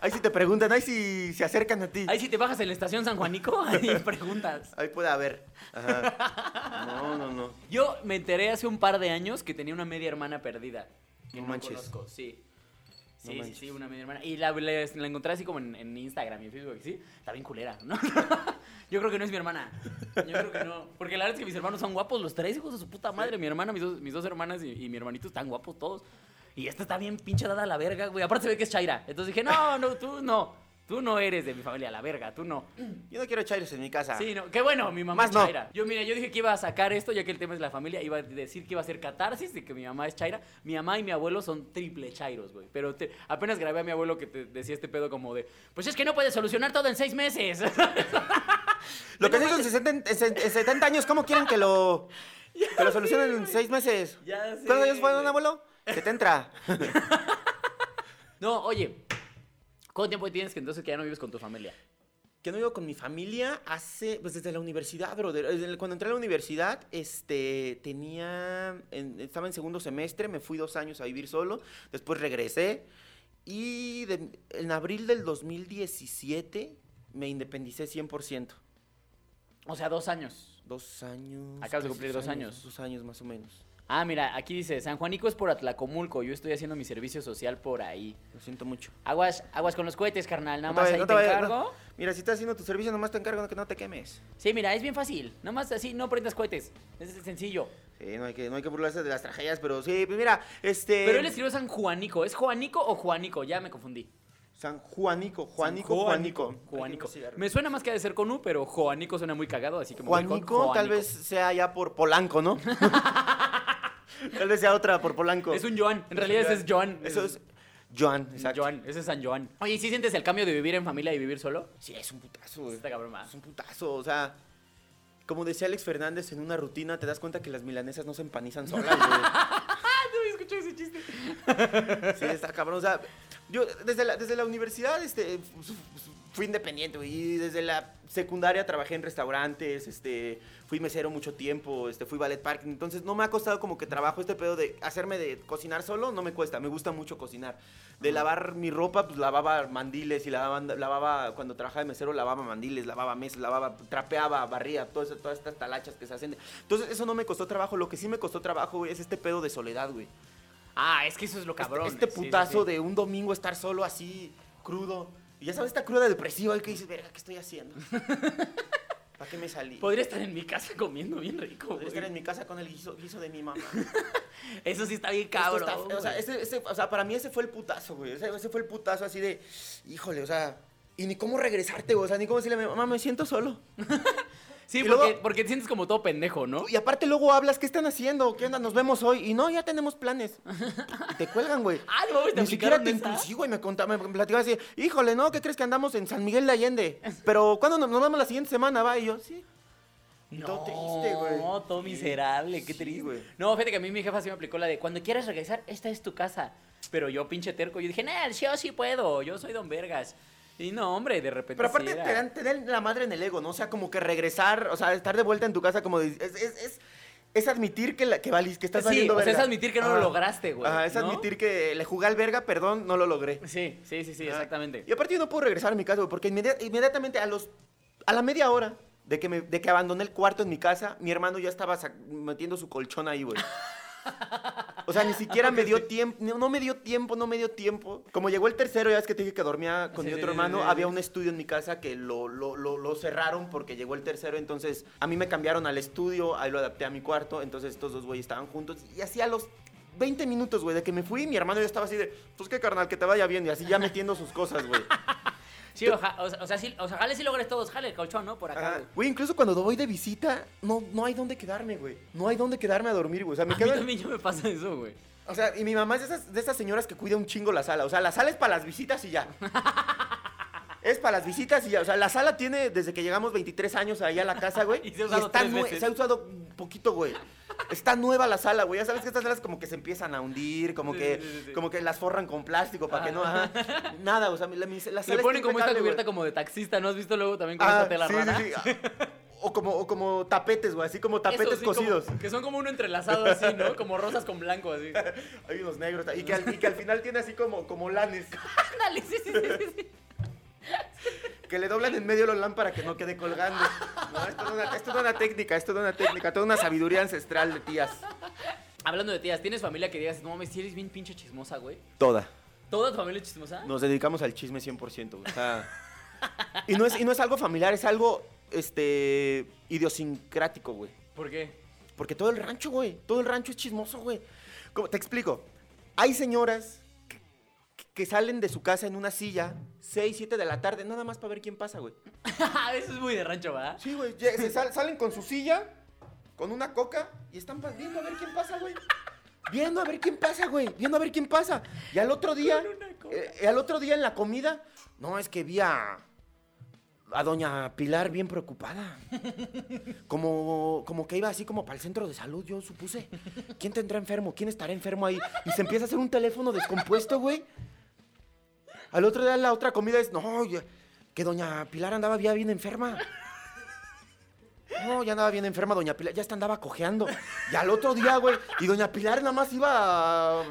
Speaker 2: ahí sí te preguntan, ahí sí se acercan a ti.
Speaker 1: Ahí si te bajas en la estación San Juanico, <laughs> ahí preguntas.
Speaker 2: Ahí puede haber. Ajá. No, no, no.
Speaker 1: Yo me enteré hace un par de años que tenía una media hermana perdida. Que
Speaker 2: No
Speaker 1: no,
Speaker 2: manches.
Speaker 1: conozco, sí.
Speaker 2: No
Speaker 1: Sí, sí,
Speaker 2: manches.
Speaker 1: sí, una media hermana. Y la, la- la encontré así como en, en Instagram y en Facebook, ¿sí? Está bien culera, ¿no? <laughs> Yo creo que no es mi hermana. Yo creo que no. Porque la verdad es que mis hermanos son guapos, los tres hijos de su puta madre. Mi hermana, mis dos, mis dos hermanas y, y mi hermanito están guapos todos. Y esta está bien pinche dada a la verga, güey. Aparte se ve que es Chaira. Entonces dije, no, no, tú no. Tú no eres de mi familia, la verga, tú no.
Speaker 2: Yo no quiero chaires en mi casa.
Speaker 1: Sí, no, qué bueno, mi mamá
Speaker 2: Más
Speaker 1: es
Speaker 2: no.
Speaker 1: Chaira. Yo, mira, yo dije que iba a sacar esto, ya que el tema es la familia, iba a decir que iba a ser catarsis de que mi mamá es Chaira. Mi mamá y mi abuelo son triple Chairos, güey. Pero te- apenas grabé a mi abuelo que te decía este pedo como de, pues es que no puedes solucionar todo en seis
Speaker 2: <laughs>
Speaker 1: meses. <laughs>
Speaker 2: Lo
Speaker 1: No
Speaker 2: que se hizo en
Speaker 1: manches.
Speaker 2: 60 en se- en 70 años, ¿cómo quieren que <laughs> lo, que lo solucionen en 6 meses?
Speaker 1: Ya sé,
Speaker 2: ¿Cuántos años fueron,
Speaker 1: güey.
Speaker 2: abuelo? 70.
Speaker 1: no, oye, ¿cuánto tiempo tienes que entonces que ya no vives con tu familia?
Speaker 2: <laughs> Que no vivo con mi familia hace, pues desde la universidad, brother. Desde el- Cuando entré a la universidad, este, tenía, en- estaba en segundo semestre, me fui dos años a vivir solo, después regresé y de- en abril del 2017 me independicé 100%.
Speaker 1: O sea, dos años.
Speaker 2: Dos años.
Speaker 1: Acabas de
Speaker 2: casi
Speaker 1: cumplir dos años.
Speaker 2: Dos años más o menos.
Speaker 1: Ah, mira, aquí dice, San Juanico es por Atlacomulco, yo estoy haciendo mi servicio social por ahí.
Speaker 2: Lo siento mucho.
Speaker 1: Aguas, aguas con los cohetes, carnal, nada
Speaker 2: No te
Speaker 1: más
Speaker 2: vayas,
Speaker 1: ahí
Speaker 2: no
Speaker 1: te,
Speaker 2: te vayas,
Speaker 1: encargo.
Speaker 2: no. Mira, si estás haciendo tu servicio, nomás te encargo de que no te quemes.
Speaker 1: Sí, mira, es bien fácil. Nomás así, no prendas cohetes. Es sencillo.
Speaker 2: Sí, no hay que, no hay que burlarse de las tragedias, pero sí, pues mira, este.
Speaker 1: Pero él escribió San Juanico. ¿Es Juanico o Juanico? Ya me confundí.
Speaker 2: San Juanico, Juanico,
Speaker 1: San
Speaker 2: Juanico.
Speaker 1: Juanico.
Speaker 2: Aquí no cigarro.
Speaker 1: Me suena más que ha de ser con U, pero Juanico suena muy cagado, así que me voy con
Speaker 2: Juanico tal vez sea ya por Polanco, <laughs> ¿no? tal vez sea otra por Polanco.
Speaker 1: Es un Joan. En realidad ese es Joan.
Speaker 2: Eso es Joan, exacto.
Speaker 1: Joan. Ese es San Joan. Oye, ¿sí sientes el cambio de vivir en familia y vivir solo? Pues
Speaker 2: Sí, es un putazo, güey.
Speaker 1: Está cabrón, ma.
Speaker 2: Es un putazo, o sea, como decía Alex Fernández en una rutina, te das cuenta que las milanesas no se empanizan solas, güey.
Speaker 1: Ah, no había escuchado ese chiste.
Speaker 2: Sí, está cabrón. O sea, yo desde la, desde la universidad este, fu- fu- fui independiente, güey, Y desde la secundaria trabajé en restaurantes, este, fui mesero mucho tiempo, este, fui ballet parking. Entonces no me ha costado como que trabajo este pedo de hacerme de cocinar solo, no me cuesta. Me gusta mucho cocinar. De lavar mi ropa, pues lavaba mandiles y lavaba, lavaba cuando trabajaba de mesero, lavaba mandiles, lavaba mesas, lavaba, trapeaba, barría, todo eso- todas estas talachas que se hacen. Entonces eso no me costó trabajo. Lo que sí me costó trabajo, güey, es este pedo de soledad, güey.
Speaker 1: Ah, es que eso es lo cabrón.
Speaker 2: Este
Speaker 1: Sí, sí,
Speaker 2: putazo
Speaker 1: sí.
Speaker 2: de un domingo estar
Speaker 1: <laughs>
Speaker 2: solo así, crudo. Y ya sabes, esta cruda depresiva y que dices, verga, ¿qué estoy haciendo? ¿Para qué me salí?
Speaker 1: Podría estar en mi casa comiendo bien rico.
Speaker 2: Podría estar
Speaker 1: güey.
Speaker 2: en mi casa con el guiso, guiso de mi mamá.
Speaker 1: Eso sí está bien
Speaker 2: Esto
Speaker 1: cabrón.
Speaker 2: está- o, sea,
Speaker 1: güey.
Speaker 2: ese- ese- o sea, para mí ese fue el putazo, güey. Ese, ese fue el putazo así de, híjole, o sea, y ni cómo regresarte, güey. O sea, ni cómo decirle, a mi mamá, me siento solo.
Speaker 1: sí,
Speaker 2: y
Speaker 1: porque,
Speaker 2: luego-
Speaker 1: porque te sientes como todo pendejo, ¿no?
Speaker 2: Y aparte luego hablas, ¿qué están haciendo? ¿Qué onda? Nos vemos hoy. Y no, ya tenemos planes. Y te cuelgan, güey.
Speaker 1: <laughs> Ah, no mames, te
Speaker 2: Ni siquiera te
Speaker 1: aplicaron esa.
Speaker 2: inclusivo, güey. Me, contaba- me platicaba así, híjole, ¿no? ¿Qué crees que andamos en San Miguel
Speaker 1: <laughs>
Speaker 2: de Allende? Pero, ¿cuándo nos, nos vamos la siguiente semana? Va, y yo, sí.
Speaker 1: No,
Speaker 2: Todo triste, güey.
Speaker 1: No, todo
Speaker 2: Sí.
Speaker 1: miserable, qué
Speaker 2: Sí,
Speaker 1: triste.
Speaker 2: güey.
Speaker 1: No, fíjate que a mí mi jefa sí me aplicó la de cuando quieras regresar, esta es tu casa. Pero yo, pinche terco, yo dije, nah, yo sí puedo, yo soy don Vergas. Y no, hombre, de repente.
Speaker 2: Pero
Speaker 1: sí
Speaker 2: aparte
Speaker 1: era.
Speaker 2: te dan, te dan la madre en el ego, ¿no? O sea, como que regresar, o sea, estar de vuelta en tu casa como de- es, es, es, es admitir que, la, que, valís, que estás
Speaker 1: Sí,
Speaker 2: valiendo
Speaker 1: o sea, es
Speaker 2: verga.
Speaker 1: admitir que no lo lograste, güey,
Speaker 2: Ajá, es
Speaker 1: ¿no?
Speaker 2: admitir que le jugué al verga, perdón, no lo logré.
Speaker 1: Sí, sí, sí, sí,
Speaker 2: Ajá.
Speaker 1: exactamente.
Speaker 2: Y aparte yo no puedo regresar a mi casa, güey, porque inmedi- inmediatamente a los a la media hora de que, me, de que abandoné el cuarto en mi casa, mi hermano ya estaba sac- metiendo su colchón ahí, güey. O sea, ni
Speaker 1: Ah,
Speaker 2: siquiera me dio tiempo, no, no me dio tiempo, no me dio tiempo. Como llegó el tercero, ya es que te dije que dormía con
Speaker 1: Sí,
Speaker 2: mi
Speaker 1: sí,
Speaker 2: otro
Speaker 1: sí,
Speaker 2: hermano,
Speaker 1: sí, sí.
Speaker 2: había un estudio en mi casa que lo, lo, lo, lo cerraron porque llegó el tercero, entonces a mí me cambiaron al estudio, ahí lo adapté a mi cuarto, entonces estos dos güeyes estaban juntos y así a los 20 minutos, güey, de que me fui, mi hermano ya estaba así de, pues qué carnal, que te vaya bien, y así ya metiendo sus
Speaker 1: <laughs>
Speaker 2: cosas, güey.
Speaker 1: Sí, oja- o, sea, o sea, sí, o sea, jale si logres todos, jale el colchón, ¿no? Por acá.
Speaker 2: Ajá.
Speaker 1: güey.
Speaker 2: Güey, incluso cuando voy de visita, no, no hay dónde quedarme, güey. No hay dónde quedarme a dormir, güey. O sea, me
Speaker 1: A mí
Speaker 2: quedo en-
Speaker 1: también ya me pasa eso, güey.
Speaker 2: O sea, y mi mamá es de esas, de esas señoras que cuida un chingo la sala. O sea, la sala es para las visitas
Speaker 1: <laughs>
Speaker 2: y ya. Es para las visitas y ya. O sea, la sala tiene desde que llegamos 23 años ahí a la casa, güey.
Speaker 1: <laughs> Y se ha usado tres
Speaker 2: nue-
Speaker 1: veces.
Speaker 2: se ha usado un poquito, güey. Está nueva la sala, güey. Ya sabes que estas salas como que se empiezan a hundir, como
Speaker 1: Sí,
Speaker 2: que,
Speaker 1: sí, sí, sí.
Speaker 2: como que las forran con plástico para que no.
Speaker 1: Ajá.
Speaker 2: ajá. Nada, o sea, mi- la, mi- la sala
Speaker 1: Le
Speaker 2: está
Speaker 1: ponen como esta
Speaker 2: impecable, güey. Ah,
Speaker 1: cubierta como de taxista, ¿no has visto luego también con esta tela
Speaker 2: sí,
Speaker 1: rara?
Speaker 2: sí, sí.
Speaker 1: <laughs>
Speaker 2: O como, o como tapetes, güey, así como tapetes
Speaker 1: Esos sí, como-
Speaker 2: cocidos.
Speaker 1: que son como uno entrelazado así, ¿no? Como rosas con blanco,
Speaker 2: <laughs>
Speaker 1: así.
Speaker 2: Hay unos negros. Y que, al, y que al final tiene así como, como lanes.
Speaker 1: Ándale, sí, sí, sí, sí, sí.
Speaker 2: Que le doblan en medio el olán para que no quede colgando. No, esto es una, esto es una técnica, esto es una técnica, toda una sabiduría ancestral de tías.
Speaker 1: Hablando de tías, ¿tienes familia que digas, no mames, si eres bien pinche chismosa, güey?
Speaker 2: Toda.
Speaker 1: ¿Toda tu familia es chismosa?
Speaker 2: Nos dedicamos al chisme 100%. güey. O sea, y, no es, y no es algo familiar, es algo este, idiosincrático, güey.
Speaker 1: ¿Por qué? <laughs>
Speaker 2: Porque todo el rancho, güey. Todo el rancho es chismoso, güey. Como- Te explico. Hay señoras que, que salen de su casa en una silla 6, 7 de la tarde, nada más para ver quién pasa, güey.
Speaker 1: Eso es muy de rancho, ¿verdad?
Speaker 2: Sí, güey. ya- se sal- salen con su silla, con una coca, y están pa- viendo a ver quién pasa, güey. Viendo a ver quién pasa, güey. Viendo a ver quién pasa. Y al otro día.
Speaker 1: Con una coca.
Speaker 2: eh, y al otro día en la comida. No, es que vi a. A doña Pilar bien preocupada. Como, como que iba así como para el centro de salud, yo supuse. ¿Quién tendrá enfermo? ¿Quién estará enfermo ahí? Y se empieza a hacer un teléfono descompuesto, güey. Al otro día la otra comida es, no, ya- que doña Pilar andaba ya bien enferma. No, ya andaba bien enferma doña Pilar, ya hasta andaba cojeando. Y al otro día, güey, y doña Pilar nada más iba a,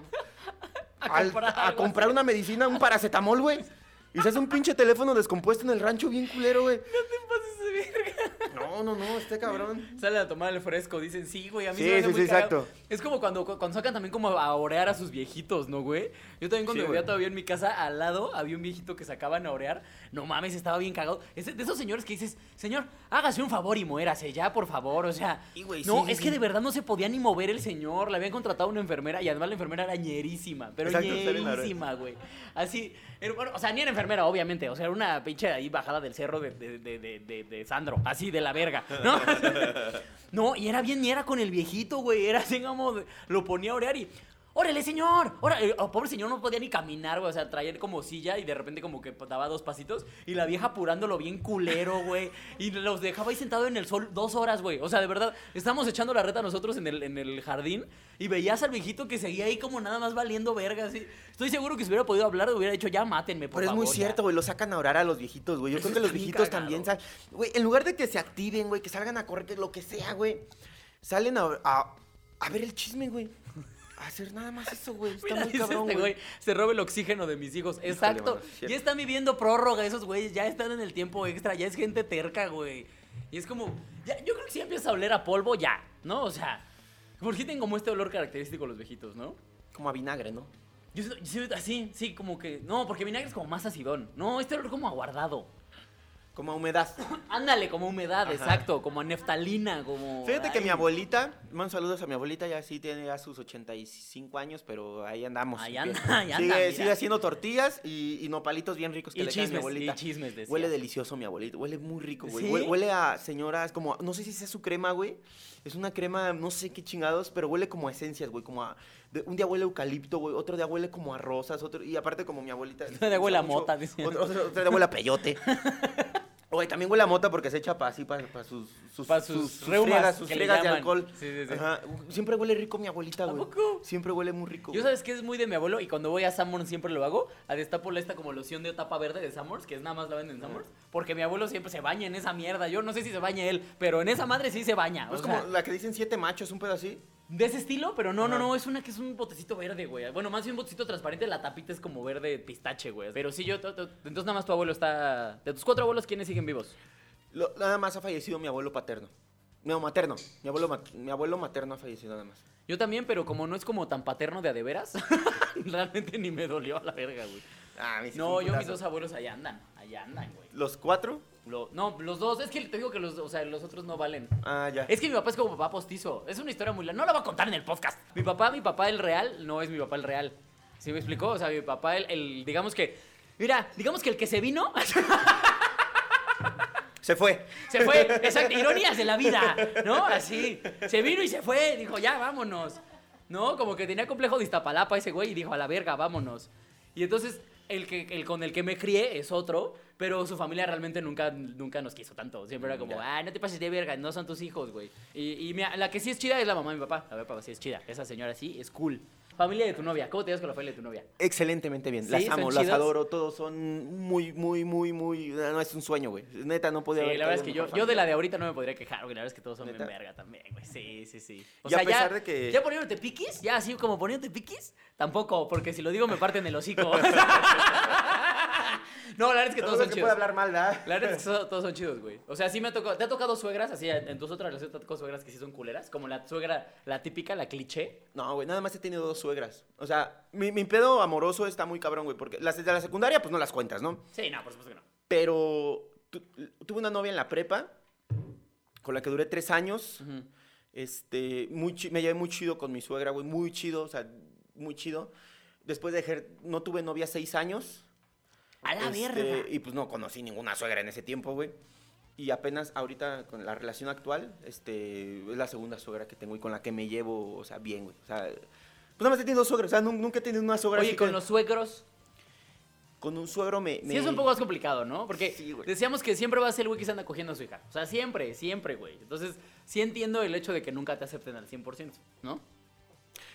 Speaker 2: al-
Speaker 1: comprar
Speaker 2: a
Speaker 1: algo
Speaker 2: comprar una medicina, un paracetamol, güey. Y se hace un pinche teléfono descompuesto en el rancho bien culero, güey.
Speaker 1: <laughs> No te pases de verga.
Speaker 2: No, no, no, este cabrón.
Speaker 1: Salen a tomar el fresco, dicen, sí, güey, a mí
Speaker 2: Sí,
Speaker 1: se me hace
Speaker 2: sí,
Speaker 1: muy
Speaker 2: sí,
Speaker 1: cagado".
Speaker 2: exacto.
Speaker 1: Es como cuando, cu- cuando sacan también como a orear a sus viejitos, ¿no, güey? Yo también cuando
Speaker 2: Sí,
Speaker 1: vivía
Speaker 2: güey.
Speaker 1: todavía en mi casa, al lado había un viejito que sacaban a orear. No mames, estaba bien cagado. Es de esos señores que dices, señor, hágase un favor y muérase ya, por favor, o sea.
Speaker 2: Y, güey,
Speaker 1: no,
Speaker 2: sí,
Speaker 1: es
Speaker 2: sí,
Speaker 1: que
Speaker 2: sí.
Speaker 1: de verdad no se podía ni mover el señor. Le habían contratado una enfermera y además la enfermera era ñerísima, pero
Speaker 2: Exacto, está bien raro.
Speaker 1: ñerísima, güey. Así, era- bueno, o sea, ni era enfermera, obviamente. O sea, era una pinche ahí bajada del cerro de, de, de, de, de- de Sandro, así de la verga,
Speaker 2: <laughs>
Speaker 1: ¿no? No, y era bien ni era con el viejito, güey. Era así como de- lo ponía a orear y. ¡Órale, señor! ¡Órale! Oh, pobre señor no podía ni caminar, güey. O sea, traía como silla y de repente como que pues, daba dos pasitos. Y la vieja apurándolo bien culero, güey. Y los dejaba ahí sentado en el sol dos horas, güey. O sea, de verdad, estábamos echando la reta nosotros en el, en el jardín. Y veías al viejito que seguía ahí como nada más valiendo verga, así. Estoy seguro que si hubiera podido hablar, hubiera dicho, ya mátenme, por
Speaker 2: Pero es muy
Speaker 1: favor, ya".
Speaker 2: cierto, güey, lo sacan a orar a los viejitos, güey. Yo
Speaker 1: Eso
Speaker 2: creo que los
Speaker 1: está bien
Speaker 2: viejitos
Speaker 1: cagado.
Speaker 2: también sal- Güey, en lugar de que se activen, güey, que salgan a correr, que lo que sea, güey, salen a, a, a ver el chisme, güey. A hacer nada más eso, güey. Está
Speaker 1: Mira,
Speaker 2: muy
Speaker 1: dice
Speaker 2: cabrón,
Speaker 1: este
Speaker 2: güey.
Speaker 1: güey, se roba el oxígeno de mis hijos. Exacto.
Speaker 2: mano, es cierto.
Speaker 1: ya están viviendo prórroga esos güeyes, ya están en el tiempo extra, ya es gente terca, güey. Y es como, ya, yo creo que si ya empiezas a oler a polvo, ya, ¿no? O sea, porque tienen como este olor característico los viejitos, ¿no?
Speaker 2: Como a vinagre, ¿no?
Speaker 1: Yo siento- yo siento así, sí, como que, no, porque vinagre es como más acidón. No, este olor como aguardado.
Speaker 2: Como a humedad.
Speaker 1: Ándale, como humedad,
Speaker 2: Ajá.
Speaker 1: exacto, como a neftalina, como...
Speaker 2: Fíjate que
Speaker 1: Ay,
Speaker 2: mi abuelita, man, saludos a mi abuelita, ya sí tiene ya sus 85 años, pero ahí andamos.
Speaker 1: Ahí
Speaker 2: Bien.
Speaker 1: anda, ahí anda, mira.
Speaker 2: Sigue, sigue haciendo tortillas y, y nopalitos bien ricos que
Speaker 1: Y
Speaker 2: le caen a mi
Speaker 1: chismes, y
Speaker 2: abuelita.
Speaker 1: chismes, decía.
Speaker 2: Huele delicioso mi abuelita, huele muy rico, güey.
Speaker 1: ¿Sí?
Speaker 2: Huele, huele a señoras como, no sé si sea su crema, güey. Es una crema, no sé qué chingados, pero huele como a esencias, güey. Como a, de- un día huele a eucalipto, güey. Otro día huele como a rosas, otro, y aparte como mi abuelita.
Speaker 1: Otro día huele a mota, dice.
Speaker 2: dice. Otro, otro- otro día huele
Speaker 1: <laughs>
Speaker 2: a peyote. Güey, también huele a mota porque se echa para así, para sus, sus,
Speaker 1: Pa' sus reumas,
Speaker 2: friegas, sus
Speaker 1: que le
Speaker 2: friegas de
Speaker 1: llaman.
Speaker 2: alcohol.
Speaker 1: Sí, sí, sí.
Speaker 2: Ajá. Siempre huele rico mi abuelita,
Speaker 1: ¿A
Speaker 2: güey.
Speaker 1: poco?
Speaker 2: Siempre huele muy rico.
Speaker 1: Yo
Speaker 2: güey.
Speaker 1: sabes que es muy de mi abuelo y cuando voy a Sanborns siempre lo hago. A destaparle esta como loción de tapa verde de Sanborns, que es nada más la venden en Sanborns. Porque mi abuelo siempre se baña en esa mierda. Yo no sé si se baña él, pero en esa madre sí se baña.
Speaker 2: ¿No
Speaker 1: o
Speaker 2: es Pues como
Speaker 1: sea,
Speaker 2: la que dicen siete machos, un pedo así?
Speaker 1: de ese estilo, pero no, no,
Speaker 2: Ajá.
Speaker 1: no. Es una que es un botecito verde, güey. Bueno, más bien un botecito transparente. La tapita es como verde pistache, güey. Pero sí, yo. to- to- Entonces nada más tu abuelo está. De tus cuatro abuelos, ¿quiénes siguen vivos?
Speaker 2: Lo- nada más ha fallecido mi abuelo paterno. No, materno. Mi abuelo, ma- mi abuelo materno ha fallecido nada más.
Speaker 1: Yo también, pero como no es como tan paterno de a de veras, <laughs> realmente ni me dolió a la verga, güey.
Speaker 2: Ah, me hiciste
Speaker 1: No,
Speaker 2: un
Speaker 1: yo mis
Speaker 2: putazo.
Speaker 1: dos abuelos allá andan. Allá andan, güey.
Speaker 2: ¿Los cuatro?
Speaker 1: Lo- no, los dos. Es que te digo que los, o sea, los otros no valen.
Speaker 2: Ah, ya.
Speaker 1: Es que mi papá es como papá postizo. Es una historia muy larga. No la voy a contar en el podcast. Mi papá, mi papá el real, no es mi papá el real. ¿Sí me explicó? O sea, mi papá el, el- digamos que, mira, digamos que el que se vino
Speaker 2: Se fue.
Speaker 1: se fue. Exacto, ironías de la vida, ¿no? Así, se vino y se fue. Dijo, ya, vámonos. No, como que tenía complejo de Iztapalapa ese güey y dijo, a la verga, vámonos. Y entonces, el, que, el con el que me crié es otro, pero su familia realmente nunca, nunca nos quiso tanto. Siempre era como, ah, no te pases de verga, no son tus hijos, güey. Y, y mira, la que sí es chida es la mamá de mi papá. La papá sí es chida. Esa señora sí es cool. Familia de tu novia, ¿cómo te llevas con la familia de tu novia?
Speaker 2: Excelentemente bien.
Speaker 1: Sí,
Speaker 2: las
Speaker 1: son
Speaker 2: amo, las
Speaker 1: chidas.
Speaker 2: adoro. Todos son muy, muy, muy, muy. No, es un sueño, güey. Neta, no podía
Speaker 1: Sí,
Speaker 2: haber
Speaker 1: la verdad es
Speaker 2: caído
Speaker 1: que
Speaker 2: en
Speaker 1: yo,
Speaker 2: mejor
Speaker 1: yo de la
Speaker 2: familia.
Speaker 1: de ahorita no me podría quejar, porque la verdad es que todos son bien
Speaker 2: ¿Neta?
Speaker 1: verga también, güey. Sí, sí, sí. O
Speaker 2: Y a
Speaker 1: sea,
Speaker 2: pesar
Speaker 1: ya,
Speaker 2: de que-
Speaker 1: ya poniéndote piquis, ya así como poniéndote piquis, tampoco, porque si lo digo me parten el
Speaker 2: <laughs>
Speaker 1: hocico. <laughs> no, la verdad es que
Speaker 2: No,
Speaker 1: todos
Speaker 2: no
Speaker 1: son
Speaker 2: es que
Speaker 1: chidos.
Speaker 2: pueda hablar mal, ¿verdad?
Speaker 1: La verdad es que so- todos son chidos, güey. O sea, sí me ha tocado. ¿Te ha tocado suegras? Así, en tus otras relaciones te ha tocado suegras que sí son culeras. Como la suegra, la típica, la cliché.
Speaker 2: No, güey, nada más he tenido dos suegras. O sea, mi, mi pedo amoroso está muy cabrón, güey. Porque las de la secundaria, pues no las cuentas, ¿no?
Speaker 1: Sí, no, por supuesto que no.
Speaker 2: Pero tu- tuve una novia en la prepa con la que duré tres años.
Speaker 1: Ujú.
Speaker 2: Este, muy chi- me llevé muy chido con mi suegra, güey, muy chido, o sea, muy chido. Después de ejer- no tuve novia seis años.
Speaker 1: A la
Speaker 2: este,
Speaker 1: verga.
Speaker 2: Y pues no conocí ninguna suegra en ese tiempo, güey. Y apenas ahorita con la relación actual, este, es la segunda suegra que tengo y con la que me llevo, o sea, bien, güey. O sea, pues nada más he tenido dos suegras, o sea, nun- nunca he tenido una suegra
Speaker 1: Oye,
Speaker 2: así
Speaker 1: con
Speaker 2: que-
Speaker 1: los suegros.
Speaker 2: con un suegro me...
Speaker 1: Sí, es
Speaker 2: me-
Speaker 1: un poco más complicado, ¿no? Porque
Speaker 2: Sí, güey.
Speaker 1: decíamos que siempre va a ser el güey que se anda cogiendo a su hija. O sea, siempre, siempre, güey. Entonces, sí entiendo el hecho de que nunca te acepten al 100%, ¿no?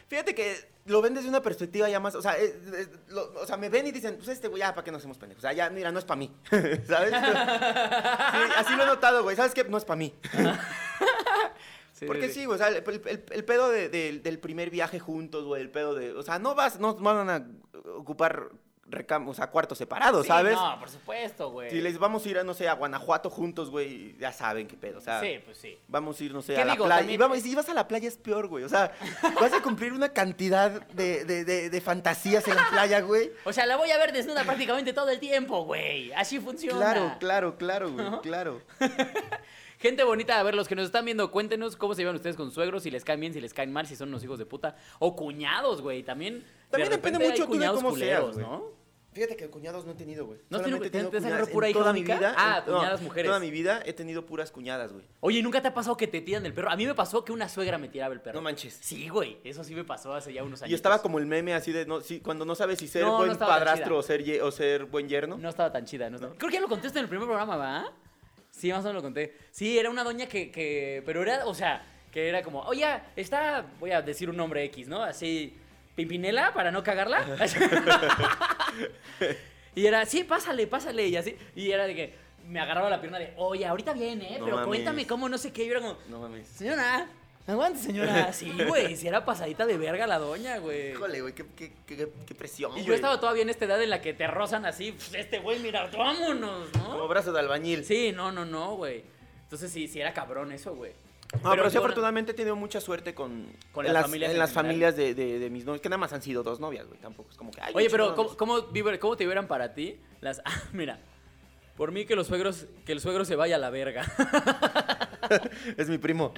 Speaker 2: Fíjate que lo ven desde una perspectiva ya más, o sea, eh, eh, lo- o sea, me ven y dicen, pues este güey, ya, ¿para qué nos hacemos pendejos? O sea, ya, mira, no es para mí, <laughs> ¿sabes? Sí, así lo he notado, güey, ¿sabes qué? No es para mí. Porque sí, güey, o sea, el, el- el pedo de- del- del primer viaje juntos, güey, el pedo de, o sea, no vas, no van a ocupar recam- o sea, cuartos separados,
Speaker 1: Sí,
Speaker 2: ¿sabes?
Speaker 1: No, por supuesto, güey.
Speaker 2: Si les vamos a ir a, no sé, a Guanajuato juntos, güey, ya saben qué pedo, o sea.
Speaker 1: Sí, pues sí.
Speaker 2: Vamos a ir, no sé,
Speaker 1: ¿Qué
Speaker 2: a la
Speaker 1: digo?
Speaker 2: playa.
Speaker 1: También-
Speaker 2: Y, vamos, y si vas a la playa es peor, güey.
Speaker 1: <laughs>
Speaker 2: O sea, vas a cumplir una cantidad de, de- de- de fantasías en la playa, güey.
Speaker 1: O sea, la voy a ver desnuda <laughs> prácticamente todo el tiempo, güey. Así funciona.
Speaker 2: Claro, claro, claro, güey, claro.
Speaker 1: Gente bonita, a ver, los que nos están viendo, cuéntenos cómo se llevan ustedes con suegros, si les caen bien, si les caen mal, si son unos hijos de puta. O cuñados, güey, también.
Speaker 2: También depende
Speaker 1: repente hay
Speaker 2: mucho tú de
Speaker 1: cuñados
Speaker 2: cómo seas,
Speaker 1: culeros,
Speaker 2: güey.
Speaker 1: ¿no?
Speaker 2: Fíjate que cuñados no he tenido, güey.
Speaker 1: ¿No has tenido-
Speaker 2: Solamente
Speaker 1: te-
Speaker 2: he tenido
Speaker 1: te has agarrado
Speaker 2: cuñadas.
Speaker 1: pura
Speaker 2: En
Speaker 1: hija
Speaker 2: toda mi
Speaker 1: única?
Speaker 2: vida.
Speaker 1: Ah,
Speaker 2: en- no,
Speaker 1: cuñadas mujeres.
Speaker 2: Toda mi vida he tenido puras cuñadas, güey.
Speaker 1: Oye, ¿nunca te ha pasado que te tiran del perro? A mí me pasó que una suegra me tiraba el perro.
Speaker 2: No manches.
Speaker 1: Sí, güey. Eso sí me pasó hace ya unos años.
Speaker 2: Y estaba como el meme así de no, sí, cuando no sabes si ser
Speaker 1: No, no
Speaker 2: buen
Speaker 1: estaba chida.
Speaker 2: padrastro o ser, ye- o ser buen yerno.
Speaker 1: No estaba tan chida, no estaba- Creo que ya lo conté hasta en el primer programa, ¿va? Sí, más o menos lo conté. Sí, era una doña que, que- Pero era, o sea, que era como, oye, está. Voy a decir un nombre X, ¿no? Así. Pimpinela para no cagarla. <laughs> y era, sí, pásale, pásale. Y así. Y era de que me agarraba la pierna de, oye, ahorita viene, ¿eh?
Speaker 2: No
Speaker 1: pero
Speaker 2: mames.
Speaker 1: cuéntame cómo, no sé qué. Y yo era como,
Speaker 2: No mames.
Speaker 1: Señora, aguante, señora. <laughs> Sí, güey, si era pasadita de verga la doña, güey.
Speaker 2: Híjole, güey, qué, qué- qué- qué presión.
Speaker 1: Y yo
Speaker 2: güey.
Speaker 1: estaba todavía en esta edad en la que te rozan así, "Pf, este güey, mira, vámonos,
Speaker 2: Como
Speaker 1: ¿no?
Speaker 2: brazo de albañil.
Speaker 1: Sí, no, no, no, güey. Entonces sí, sí era cabrón eso, güey.
Speaker 2: No, pero, sí,
Speaker 1: yo-
Speaker 2: afortunadamente he tenido mucha suerte con,
Speaker 1: Con
Speaker 2: en
Speaker 1: las
Speaker 2: las
Speaker 1: familias
Speaker 2: familias, en
Speaker 1: en
Speaker 2: las
Speaker 1: general.
Speaker 2: familias de, de- de mis novias, que nada más han sido dos novias, güey, tampoco es como que... ay,
Speaker 1: Oye,
Speaker 2: muchas
Speaker 1: pero <laughs> ¿cómo,
Speaker 2: novias.
Speaker 1: cómo, vive- cómo te vibran para ti las... Ah, mira, Por mí que los suegros, que el suegro se vaya a la verga.
Speaker 2: Es
Speaker 1: <laughs>
Speaker 2: mi primo.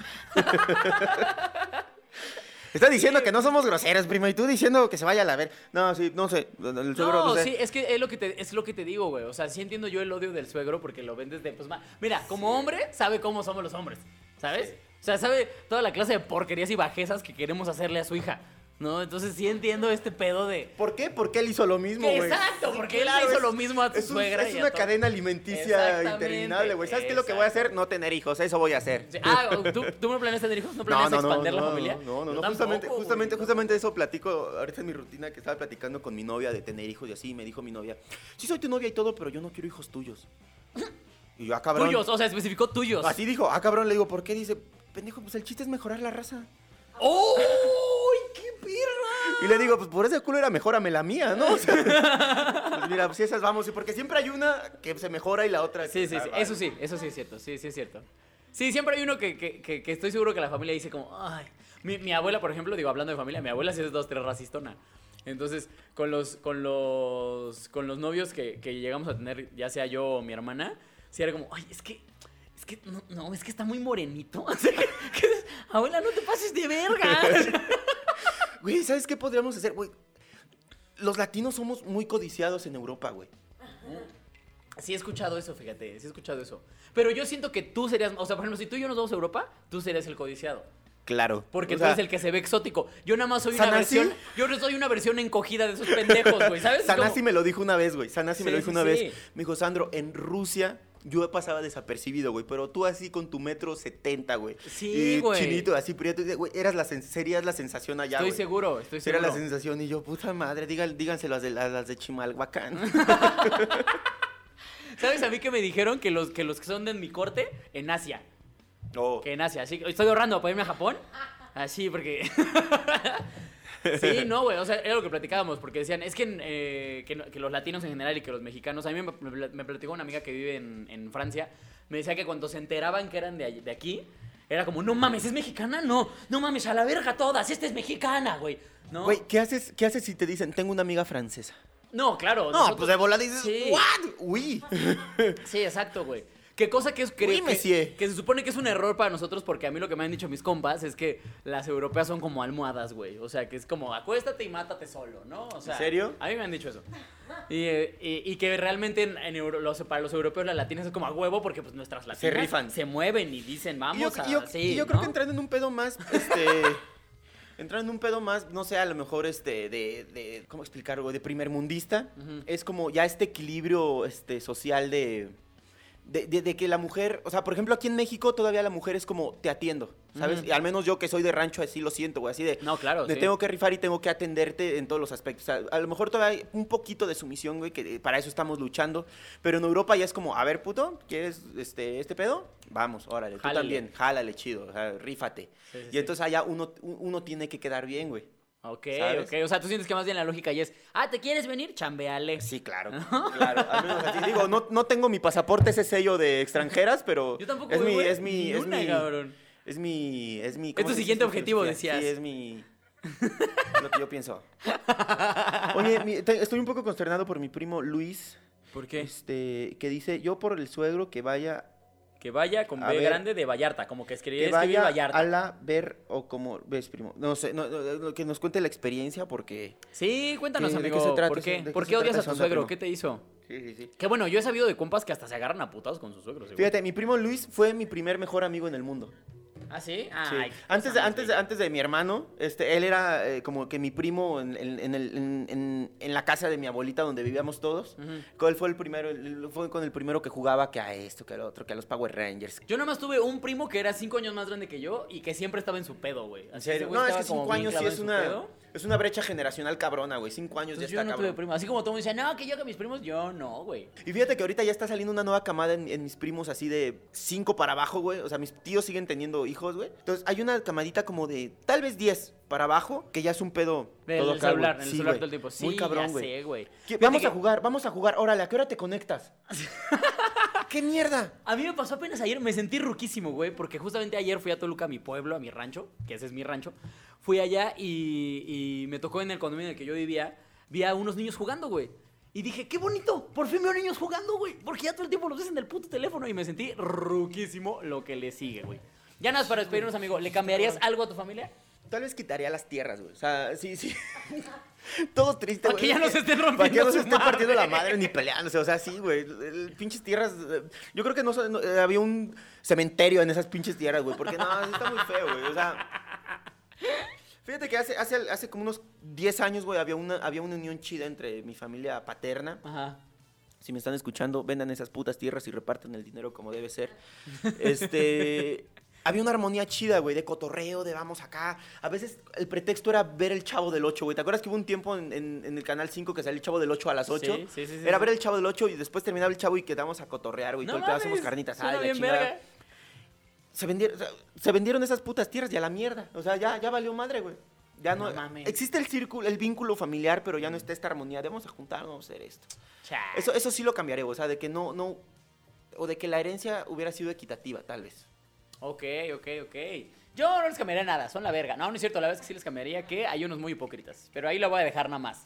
Speaker 2: Está diciendo que no somos groseros, primo, y tú diciendo que se vaya a la ver. No, sí, no sé. El seguro no,
Speaker 1: no,
Speaker 2: sé.
Speaker 1: sí, es que es lo que te, es lo que te digo, güey. O sea, sí entiendo yo el odio del suegro porque lo vendes de pues ma- Mira, como
Speaker 2: eh.
Speaker 1: hombre, sabe cómo somos los hombres. ¿Sabes? O sea, sabe toda la clase de porquerías y bajezas que queremos hacerle a su hija. ¿No? Entonces sí entiendo este pedo de.
Speaker 2: ¿Por qué? Porque él hizo lo mismo,
Speaker 1: Que
Speaker 2: güey.
Speaker 1: exacto, porque él hizo lo mismo a tu
Speaker 2: es un-
Speaker 1: suegra
Speaker 2: Es
Speaker 1: y a
Speaker 2: una
Speaker 1: todo.
Speaker 2: cadena alimenticia
Speaker 1: Exactamente,
Speaker 2: interminable, güey. ¿Sabes qué es lo que voy a hacer? No tener hijos, eso voy a hacer.
Speaker 1: Sí, Ah, ¿tú, tú no planeas tener hijos, no planeas expandir la familia.
Speaker 2: No, no,
Speaker 1: Yo
Speaker 2: no,
Speaker 1: tampoco,
Speaker 2: justamente,
Speaker 1: güey.
Speaker 2: justamente, justamente eso platico ahorita en mi rutina que estaba platicando con mi novia de tener hijos y así, y me dijo mi novia, sí soy tu novia y todo, pero yo no quiero hijos tuyos. Y yo, ah, cabrón.
Speaker 1: Tuyos, o sea, especificó tuyos.
Speaker 2: Así dijo, ah, cabrón, le digo, ¿por qué? Dice, pendejo, pues el chiste es mejorar la raza.
Speaker 1: ¡Oh! ¡Qué perra!
Speaker 2: Y le digo, pues por ese culo era mejorame la mía, ¿no? <laughs> O sea, pues mira, pues esas vamos, y porque siempre hay una que se mejora y la otra...
Speaker 1: Sí,
Speaker 2: que-
Speaker 1: sí,
Speaker 2: ah,
Speaker 1: sí.
Speaker 2: vale.
Speaker 1: Eso sí, eso sí es cierto. Sí, sí es cierto. Sí, siempre hay uno que, que- que- que estoy seguro que la familia dice como, ay. Mi, mi abuela, por ejemplo, digo, hablando de familia, mi abuela sí es dos, tres racistona. Entonces, con los, con los, con los novios que, que llegamos a tener, ya sea yo o mi hermana, sí era como, ay, es que, es que, no, no, es que está muy morenito. <laughs> O sea, que- que- abuela, no te pases de verga.
Speaker 2: Güey, ¿sabes qué podríamos hacer? Güey, los latinos somos muy codiciados en Europa, güey.
Speaker 1: Sí he escuchado eso, fíjate, sí he escuchado eso. Pero yo siento que tú serías, o sea, por ejemplo, si tú y yo nos vamos a Europa, tú serías el codiciado.
Speaker 2: Claro.
Speaker 1: Porque
Speaker 2: O
Speaker 1: tú
Speaker 2: sea,
Speaker 1: eres el que se ve exótico. Yo nada más soy una
Speaker 2: ¿San así?
Speaker 1: versión. Yo no soy una versión encogida de esos pendejos, güey. ¿Sabes?
Speaker 2: Sanasi
Speaker 1: Como-
Speaker 2: me lo dijo una vez, güey. Sanasi me
Speaker 1: Sí,
Speaker 2: lo dijo
Speaker 1: sí,
Speaker 2: una
Speaker 1: sí.
Speaker 2: vez. Me dijo, Sandro, en Rusia yo pasaba desapercibido, güey. Pero tú así con tu metro 70, güey.
Speaker 1: Sí,
Speaker 2: y
Speaker 1: güey.
Speaker 2: Chinito, así prieto. y, Güey, eras la sen- serías la sensación allá,
Speaker 1: Estoy
Speaker 2: güey.
Speaker 1: seguro, estoy
Speaker 2: Era
Speaker 1: seguro.
Speaker 2: la sensación y yo, puta madre, dígan, díganselo a las de, a las de Chimalhuacán.
Speaker 1: <laughs> ¿Sabes a mí que me dijeron que los que, los que son de mi corte en Asia?
Speaker 2: No.
Speaker 1: Que en Asia. Así que estoy ahorrando para irme a Japón. Así, porque. <laughs> sí, no, güey. O sea, era lo que platicábamos. Porque decían, es que, en, eh, que, no- que los latinos en general y que los mexicanos. A mí me, me- me platicó una amiga que vive en, en Francia. Me decía que cuando se enteraban que eran de, all- de aquí. Era como, no mames, ¿es mexicana? No, no mames, a la verga todas, esta es mexicana, güey. No,
Speaker 2: Güey, ¿qué haces, ¿qué haces si te dicen, tengo una amiga francesa?
Speaker 1: no claro.
Speaker 2: No,
Speaker 1: nosotros-
Speaker 2: pues de volada dices,
Speaker 1: Sí.
Speaker 2: ¿what? Uy.
Speaker 1: Sí, exacto, güey. Qué cosa que es creo
Speaker 2: Oui,
Speaker 1: que-
Speaker 2: monsieur.
Speaker 1: que, se supone que es un error para nosotros porque a mí lo que me han dicho mis compas es que las europeas son como almohadas, güey. O sea, que es como acuéstate y mátate solo, ¿no? O sea,
Speaker 2: ¿En serio?
Speaker 1: A mí me han dicho eso. Y, eh, y- y que realmente en, en Euro- los- para los europeos las latinas es como a huevo porque pues nuestras latinas
Speaker 2: rifan.
Speaker 1: se mueven y dicen
Speaker 2: Y yo,
Speaker 1: vamos
Speaker 2: y yo-
Speaker 1: a sí,
Speaker 2: y yo creo
Speaker 1: ¿no?
Speaker 2: que entrando en un pedo más, este...
Speaker 1: <laughs>
Speaker 2: entrando en un pedo más, no sé, a lo mejor, este, de... de- ¿Cómo explicarlo? güey? De primermundista.
Speaker 1: Ujú.
Speaker 2: Es como ya este equilibrio, este, social de... De, de- de que la mujer, o sea, por ejemplo, aquí en México todavía la mujer es como te atiendo, ¿sabes?
Speaker 1: Ujú.
Speaker 2: Y al menos yo que soy de rancho así lo siento, güey, así de
Speaker 1: No, claro,
Speaker 2: te
Speaker 1: sí.
Speaker 2: tengo que rifar y tengo que atenderte en todos los aspectos. O sea, a lo mejor todavía hay un poquito de sumisión, güey, que eh, para eso estamos luchando. Pero en Europa ya es como, a ver, puto, ¿quieres este, este pedo? Vamos, órale, tú
Speaker 1: Jálale.
Speaker 2: también, jálale, chido, o sea, rífate.
Speaker 1: Sí, sí,
Speaker 2: y
Speaker 1: sí.
Speaker 2: entonces allá uno, u- uno tiene que quedar bien, güey.
Speaker 1: Ok,
Speaker 2: ¿Sabes?
Speaker 1: ok. O sea, tú sientes que más bien la lógica ya es, ah, ¿te quieres venir? Chambeale.
Speaker 2: Sí, claro, claro. Al menos así. Digo, no, no tengo mi pasaporte, ese sello de extranjeras,
Speaker 1: <laughs>
Speaker 2: pero
Speaker 1: Yo tampoco
Speaker 2: es
Speaker 1: güey,
Speaker 2: mi,
Speaker 1: güey,
Speaker 2: es mi,
Speaker 1: ni
Speaker 2: es
Speaker 1: una,
Speaker 2: mi,
Speaker 1: cabrón.
Speaker 2: es mi, es mi.
Speaker 1: Es tu
Speaker 2: ¿cómo se dice?
Speaker 1: siguiente
Speaker 2: Es mi
Speaker 1: objetivo,
Speaker 2: filosofía.
Speaker 1: decías.
Speaker 2: Sí, es mi. lo que yo pienso. Oye, mi- te- estoy un poco consternado por mi primo Luis,
Speaker 1: ¿Por qué?
Speaker 2: este, que dice yo por el suegro que vaya,
Speaker 1: Que vaya con
Speaker 2: A
Speaker 1: B
Speaker 2: ver.
Speaker 1: grande de Vallarta, como que escribí
Speaker 2: que
Speaker 1: escribir
Speaker 2: vaya
Speaker 1: Vallarta.
Speaker 2: a la ver o como ves primo, no sé, no, no, no, que nos cuente la experiencia porque.
Speaker 1: Sí, cuéntanos,
Speaker 2: ¿Qué- de qué
Speaker 1: amigo.
Speaker 2: se trata
Speaker 1: ¿Por
Speaker 2: eso?
Speaker 1: qué?
Speaker 2: ¿De qué
Speaker 1: ¿Por
Speaker 2: se
Speaker 1: qué odias
Speaker 2: trata
Speaker 1: a
Speaker 2: esa
Speaker 1: tu
Speaker 2: onda,
Speaker 1: suegro?
Speaker 2: primo?
Speaker 1: ¿Qué te hizo?
Speaker 2: Sí, sí, sí.
Speaker 1: Que bueno, yo he sabido de compas que hasta se agarran a putados con sus suegros. güey.
Speaker 2: Fíjate, mi primo Luis fue mi primer mejor amigo en el mundo.
Speaker 1: ¿Ah, sí?
Speaker 2: Sí.
Speaker 1: Ay, pues, qué
Speaker 2: Antes, de,
Speaker 1: cosa más
Speaker 2: antes, de,
Speaker 1: bella.
Speaker 2: antes de mi hermano, este, él era eh, como que mi primo en, en- en el- en- en- en la casa de mi abuelita donde vivíamos todos. Con Él fue el primero, él fue con el primero que jugaba que a esto, que al otro, que a los Power Rangers.
Speaker 1: Yo nada más tuve un primo que era cinco años más grande que yo y que siempre estaba en su pedo, güey.
Speaker 2: En
Speaker 1: Así, ese
Speaker 2: serio.
Speaker 1: güey
Speaker 2: No, es
Speaker 1: estaba
Speaker 2: que
Speaker 1: como
Speaker 2: cinco
Speaker 1: bien
Speaker 2: años sí
Speaker 1: clavado
Speaker 2: es
Speaker 1: en su
Speaker 2: una,
Speaker 1: pedo.
Speaker 2: es una brecha generacional cabrona, güey. Cinco años
Speaker 1: Entonces,
Speaker 2: ya
Speaker 1: yo
Speaker 2: está
Speaker 1: no tuve
Speaker 2: cabrón.
Speaker 1: primo. Así como tú me dices, no, que yo que mis primos, yo no, güey.
Speaker 2: Y fíjate que ahorita ya está saliendo una nueva camada en, en mis primos así de 5 para abajo, güey. O sea, mis tíos siguen teniendo hijos, güey. Entonces hay una camadita como de tal vez 10 para abajo, que ya es un pedo.
Speaker 1: En
Speaker 2: todo
Speaker 1: el
Speaker 2: acá,
Speaker 1: celular, en
Speaker 2: güey.
Speaker 1: el
Speaker 2: Sí,
Speaker 1: celular
Speaker 2: güey.
Speaker 1: todo el tiempo. Sí,
Speaker 2: Muy cabrón,
Speaker 1: ya
Speaker 2: güey.
Speaker 1: sé, güey.
Speaker 2: ¿Qué-
Speaker 1: Fíjate
Speaker 2: Vamos
Speaker 1: que
Speaker 2: a jugar, vamos a jugar. Órale, ¿a qué hora
Speaker 1: <laughs>
Speaker 2: te conectas? ¿Qué mierda?
Speaker 1: A mí me pasó apenas ayer, me sentí ruquísimo, güey, porque justamente ayer fui a Toluca, a mi pueblo, a mi rancho, que ese es mi rancho. Fui allá y, y me tocó en el condominio en el que yo vivía, vi a unos niños jugando, güey. Y dije, qué bonito, por fin veo niños jugando, güey. Porque ya todo el tiempo los ves en el puto teléfono. Y me sentí ruquísimo lo que le sigue, güey. Ya nada más para despedirnos, amigo. ¿Le cambiarías algo a tu familia?
Speaker 2: Tal vez quitaría las tierras, güey. O sea, sí, sí. <laughs> Todos tristes,
Speaker 1: Para
Speaker 2: güey.
Speaker 1: que ya no se estén
Speaker 2: Para que
Speaker 1: rompiendo
Speaker 2: no se
Speaker 1: su
Speaker 2: estén
Speaker 1: madre.
Speaker 2: partiendo la madre ni peleándose. O sea, sí, güey. El- Pinches tierras. eh, Yo creo que no, son- no, eh, había un cementerio en esas pinches tierras, güey. Porque no, sí está muy feo, güey. O sea. Fíjate que hace, hace, hace como unos 10 años, güey, había una, había una unión chida entre mi familia paterna
Speaker 1: Ajá.
Speaker 2: si me están escuchando, vendan esas putas tierras y reparten el dinero como debe ser.
Speaker 1: <laughs>
Speaker 2: Este. Había una armonía chida, güey, de cotorreo, de vamos acá. A veces el pretexto era ver el Chavo del 8, güey. ¿Te acuerdas que hubo un tiempo en, en- en el Canal 5 que salía el Chavo del 8 a las 8?
Speaker 1: Sí, sí, sí, sí,
Speaker 2: era
Speaker 1: sí.
Speaker 2: ver el Chavo del 8 y después terminaba el Chavo y quedamos a cotorrear, güey.
Speaker 1: No
Speaker 2: todo el pedo,
Speaker 1: mames,
Speaker 2: hacemos carnitas,
Speaker 1: suena
Speaker 2: ay, la
Speaker 1: bien
Speaker 2: chingada.
Speaker 1: verga.
Speaker 2: Se vendieron, o sea, se vendieron esas putas tierras y a la mierda. O sea, ya, ya valió madre, güey. Ya no,
Speaker 1: No mames.
Speaker 2: existe el círculo, el vínculo familiar, pero ya no está esta armonía. de vamos a juntarnos, vamos a hacer esto.
Speaker 1: Chale.
Speaker 2: Eso, eso sí lo cambiaré, o sea, de que no, no, o de que la herencia hubiera sido equitativa, tal vez.
Speaker 1: Ok, ok, ok. Yo no les cambiaría nada, son la verga. No, no es cierto, la verdad es que sí les cambiaría que hay unos muy hipócritas. Pero ahí la voy a dejar nada más.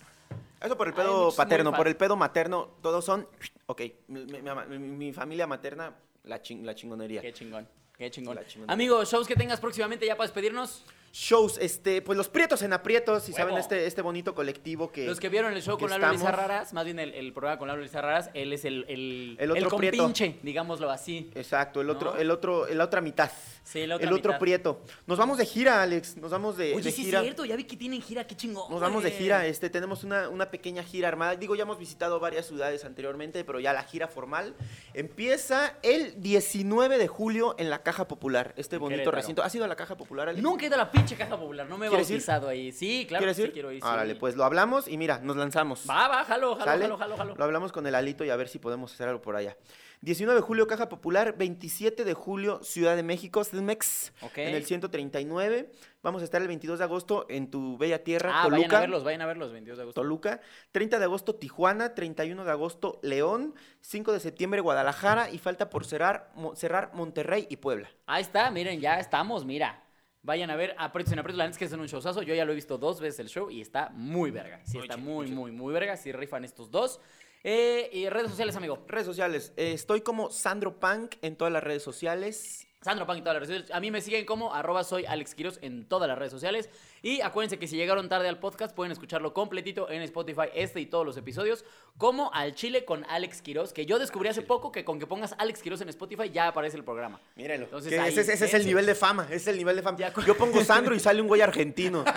Speaker 2: Eso por el
Speaker 1: Hay
Speaker 2: pedo
Speaker 1: muchos muy
Speaker 2: paterno,
Speaker 1: fa-
Speaker 2: por el pedo materno, todos son, ok, mi, mi- mi ama- mi- mi familia materna, la, chin- la chingonería.
Speaker 1: Qué chingón, qué chingón.
Speaker 2: La chingona.
Speaker 1: Amigo, shows que tengas próximamente ya para despedirnos.
Speaker 2: Shows, este, pues los prietos en aprietos, si
Speaker 1: Huevo.
Speaker 2: saben, este, este bonito colectivo que...
Speaker 1: Los que vieron el show
Speaker 2: que
Speaker 1: con Lalo
Speaker 2: estamos-
Speaker 1: Raras, más bien el, el programa con Lalo Raras, él es el, el,
Speaker 2: El otro prieto.
Speaker 1: compinche, digámoslo así.
Speaker 2: Exacto, el otro,
Speaker 1: ¿No?
Speaker 2: el otro, la otra mitad.
Speaker 1: Sí, la otra
Speaker 2: El otro
Speaker 1: mitad.
Speaker 2: prieto. Nos vamos de gira, Alex, nos vamos de,
Speaker 1: Oye,
Speaker 2: de
Speaker 1: sí
Speaker 2: gira.
Speaker 1: es cierto, ya vi que tienen gira, qué chingón.
Speaker 2: Nos vamos de
Speaker 1: güey.
Speaker 2: gira, este, tenemos una, una pequeña gira armada. Digo, ya hemos visitado varias ciudades anteriormente, pero ya la gira formal empieza el 19 de julio en la Caja Popular, este bonito
Speaker 1: Querétaro.
Speaker 2: recinto. ¿Has ido a la Caja Popular, Alex?
Speaker 1: Nunca he ido a la pinche caja popular, no me he
Speaker 2: ¿Quieres ir?
Speaker 1: bautizado ahí. Sí, claro,
Speaker 2: ¿Quieres
Speaker 1: que sí
Speaker 2: ir?
Speaker 1: quiero ir. sí.
Speaker 2: Órale, pues lo hablamos y mira, nos lanzamos.
Speaker 1: Va, va, jalo, jalo,
Speaker 2: ¿Sale?
Speaker 1: jalo, jalo, jalo.
Speaker 2: Lo hablamos con el Alito y a ver si podemos hacer algo por allá. 19 de julio, Caja Popular. 27 de julio, Ciudad de México, CEDMEX.
Speaker 1: Ok.
Speaker 2: En el 139. Vamos a estar el 22 de agosto en tu bella tierra,
Speaker 1: Ah, vayan a
Speaker 2: Toluca.
Speaker 1: verlos, vayan a verlos, 22 de agosto.
Speaker 2: Toluca, 30 de agosto Tijuana, 31 de agosto León, 5 de septiembre Guadalajara y falta por cerrar, Mo- cerrar Monterrey y Puebla.
Speaker 1: Ahí está, miren, ya estamos, mira. Vayan a ver, aprietos en aprietos, la neta es que es un showzazo. Yo ya lo he visto dos veces el show y está Mm, muy verga. Sí, está muy, muy, muy verga. Sí rifan estos dos. Eh, y redes sociales, amigo.
Speaker 2: Redes sociales, eh, estoy como Sandro Punk en todas las redes sociales.
Speaker 1: Sandro Pan y todas las redes sociales. A mí me siguen como arroba soy Alex Quiroz en todas las redes sociales. Y acuérdense que si llegaron tarde al podcast pueden escucharlo completito en Spotify, este y todos los episodios, como Al Chile con Alex Quiroz, que yo descubrí hace poco que con que pongas Alex Quiroz en Spotify ya aparece el programa.
Speaker 3: Mírenlo.
Speaker 1: Entonces,
Speaker 2: Que
Speaker 1: ahí,
Speaker 2: ese, es- ese es el
Speaker 1: dense.
Speaker 2: nivel de fama, ese es el nivel de fama.
Speaker 1: Ya cu-
Speaker 2: Yo pongo Sandro y sale un güey
Speaker 1: <laughs>
Speaker 2: argentino. <laughs>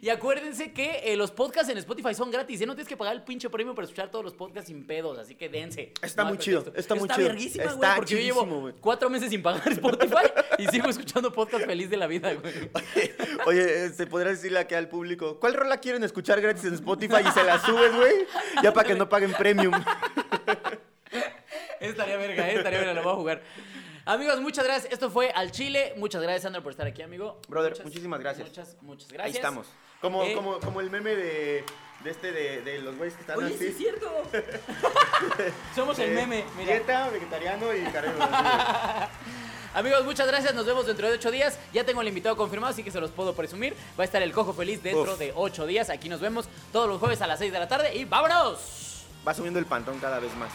Speaker 1: Y acuérdense que eh, los podcasts en Spotify son gratis. Ya no tienes que pagar el pinche premio para escuchar todos los podcasts sin pedos. Así que dense.
Speaker 2: Está
Speaker 1: No hay
Speaker 2: muy chido,
Speaker 1: pretexto.
Speaker 2: está muy
Speaker 1: está
Speaker 2: chido.
Speaker 1: verguísima, güey,
Speaker 2: Está
Speaker 1: porque yo llevo
Speaker 2: chidísimo, güey.
Speaker 1: cuatro meses sin pagar <laughs> Spotify y sigo escuchando podcast feliz de la vida, güey.
Speaker 2: Oye, eh, se podría decirle aquí al público, ¿cuál rola quieren escuchar gratis en Spotify y se la subes, güey? Ya para que no paguen premium.
Speaker 1: Estaría verga, eh, estaría verga, lo voy a jugar. Amigos, muchas gracias. Esto fue Al Chile. Muchas gracias, Sandro, por estar aquí, amigo.
Speaker 2: Brother,
Speaker 1: Muchas,
Speaker 2: muchísimas gracias.
Speaker 1: Muchas, muchas
Speaker 2: Ahí
Speaker 1: gracias.
Speaker 2: estamos. Como,
Speaker 1: Eh,
Speaker 2: como, como el meme de, de este de, de los güeyes que están
Speaker 1: Oye,
Speaker 2: así.
Speaker 1: sí es
Speaker 2: <laughs>
Speaker 1: cierto. Somos el
Speaker 2: Eh,
Speaker 1: meme, mira.
Speaker 2: Dieta, vegetariano y
Speaker 1: <laughs>
Speaker 2: carrera.
Speaker 1: Amigos, muchas gracias. Nos vemos dentro de ocho días. Ya tengo el invitado confirmado, así que se los puedo presumir. Va a estar el Cojo Feliz dentro
Speaker 2: Uf.
Speaker 1: de ocho días. Aquí nos vemos todos los jueves a las 6 de la tarde. Y vámonos.
Speaker 2: Va subiendo el pantón cada vez más.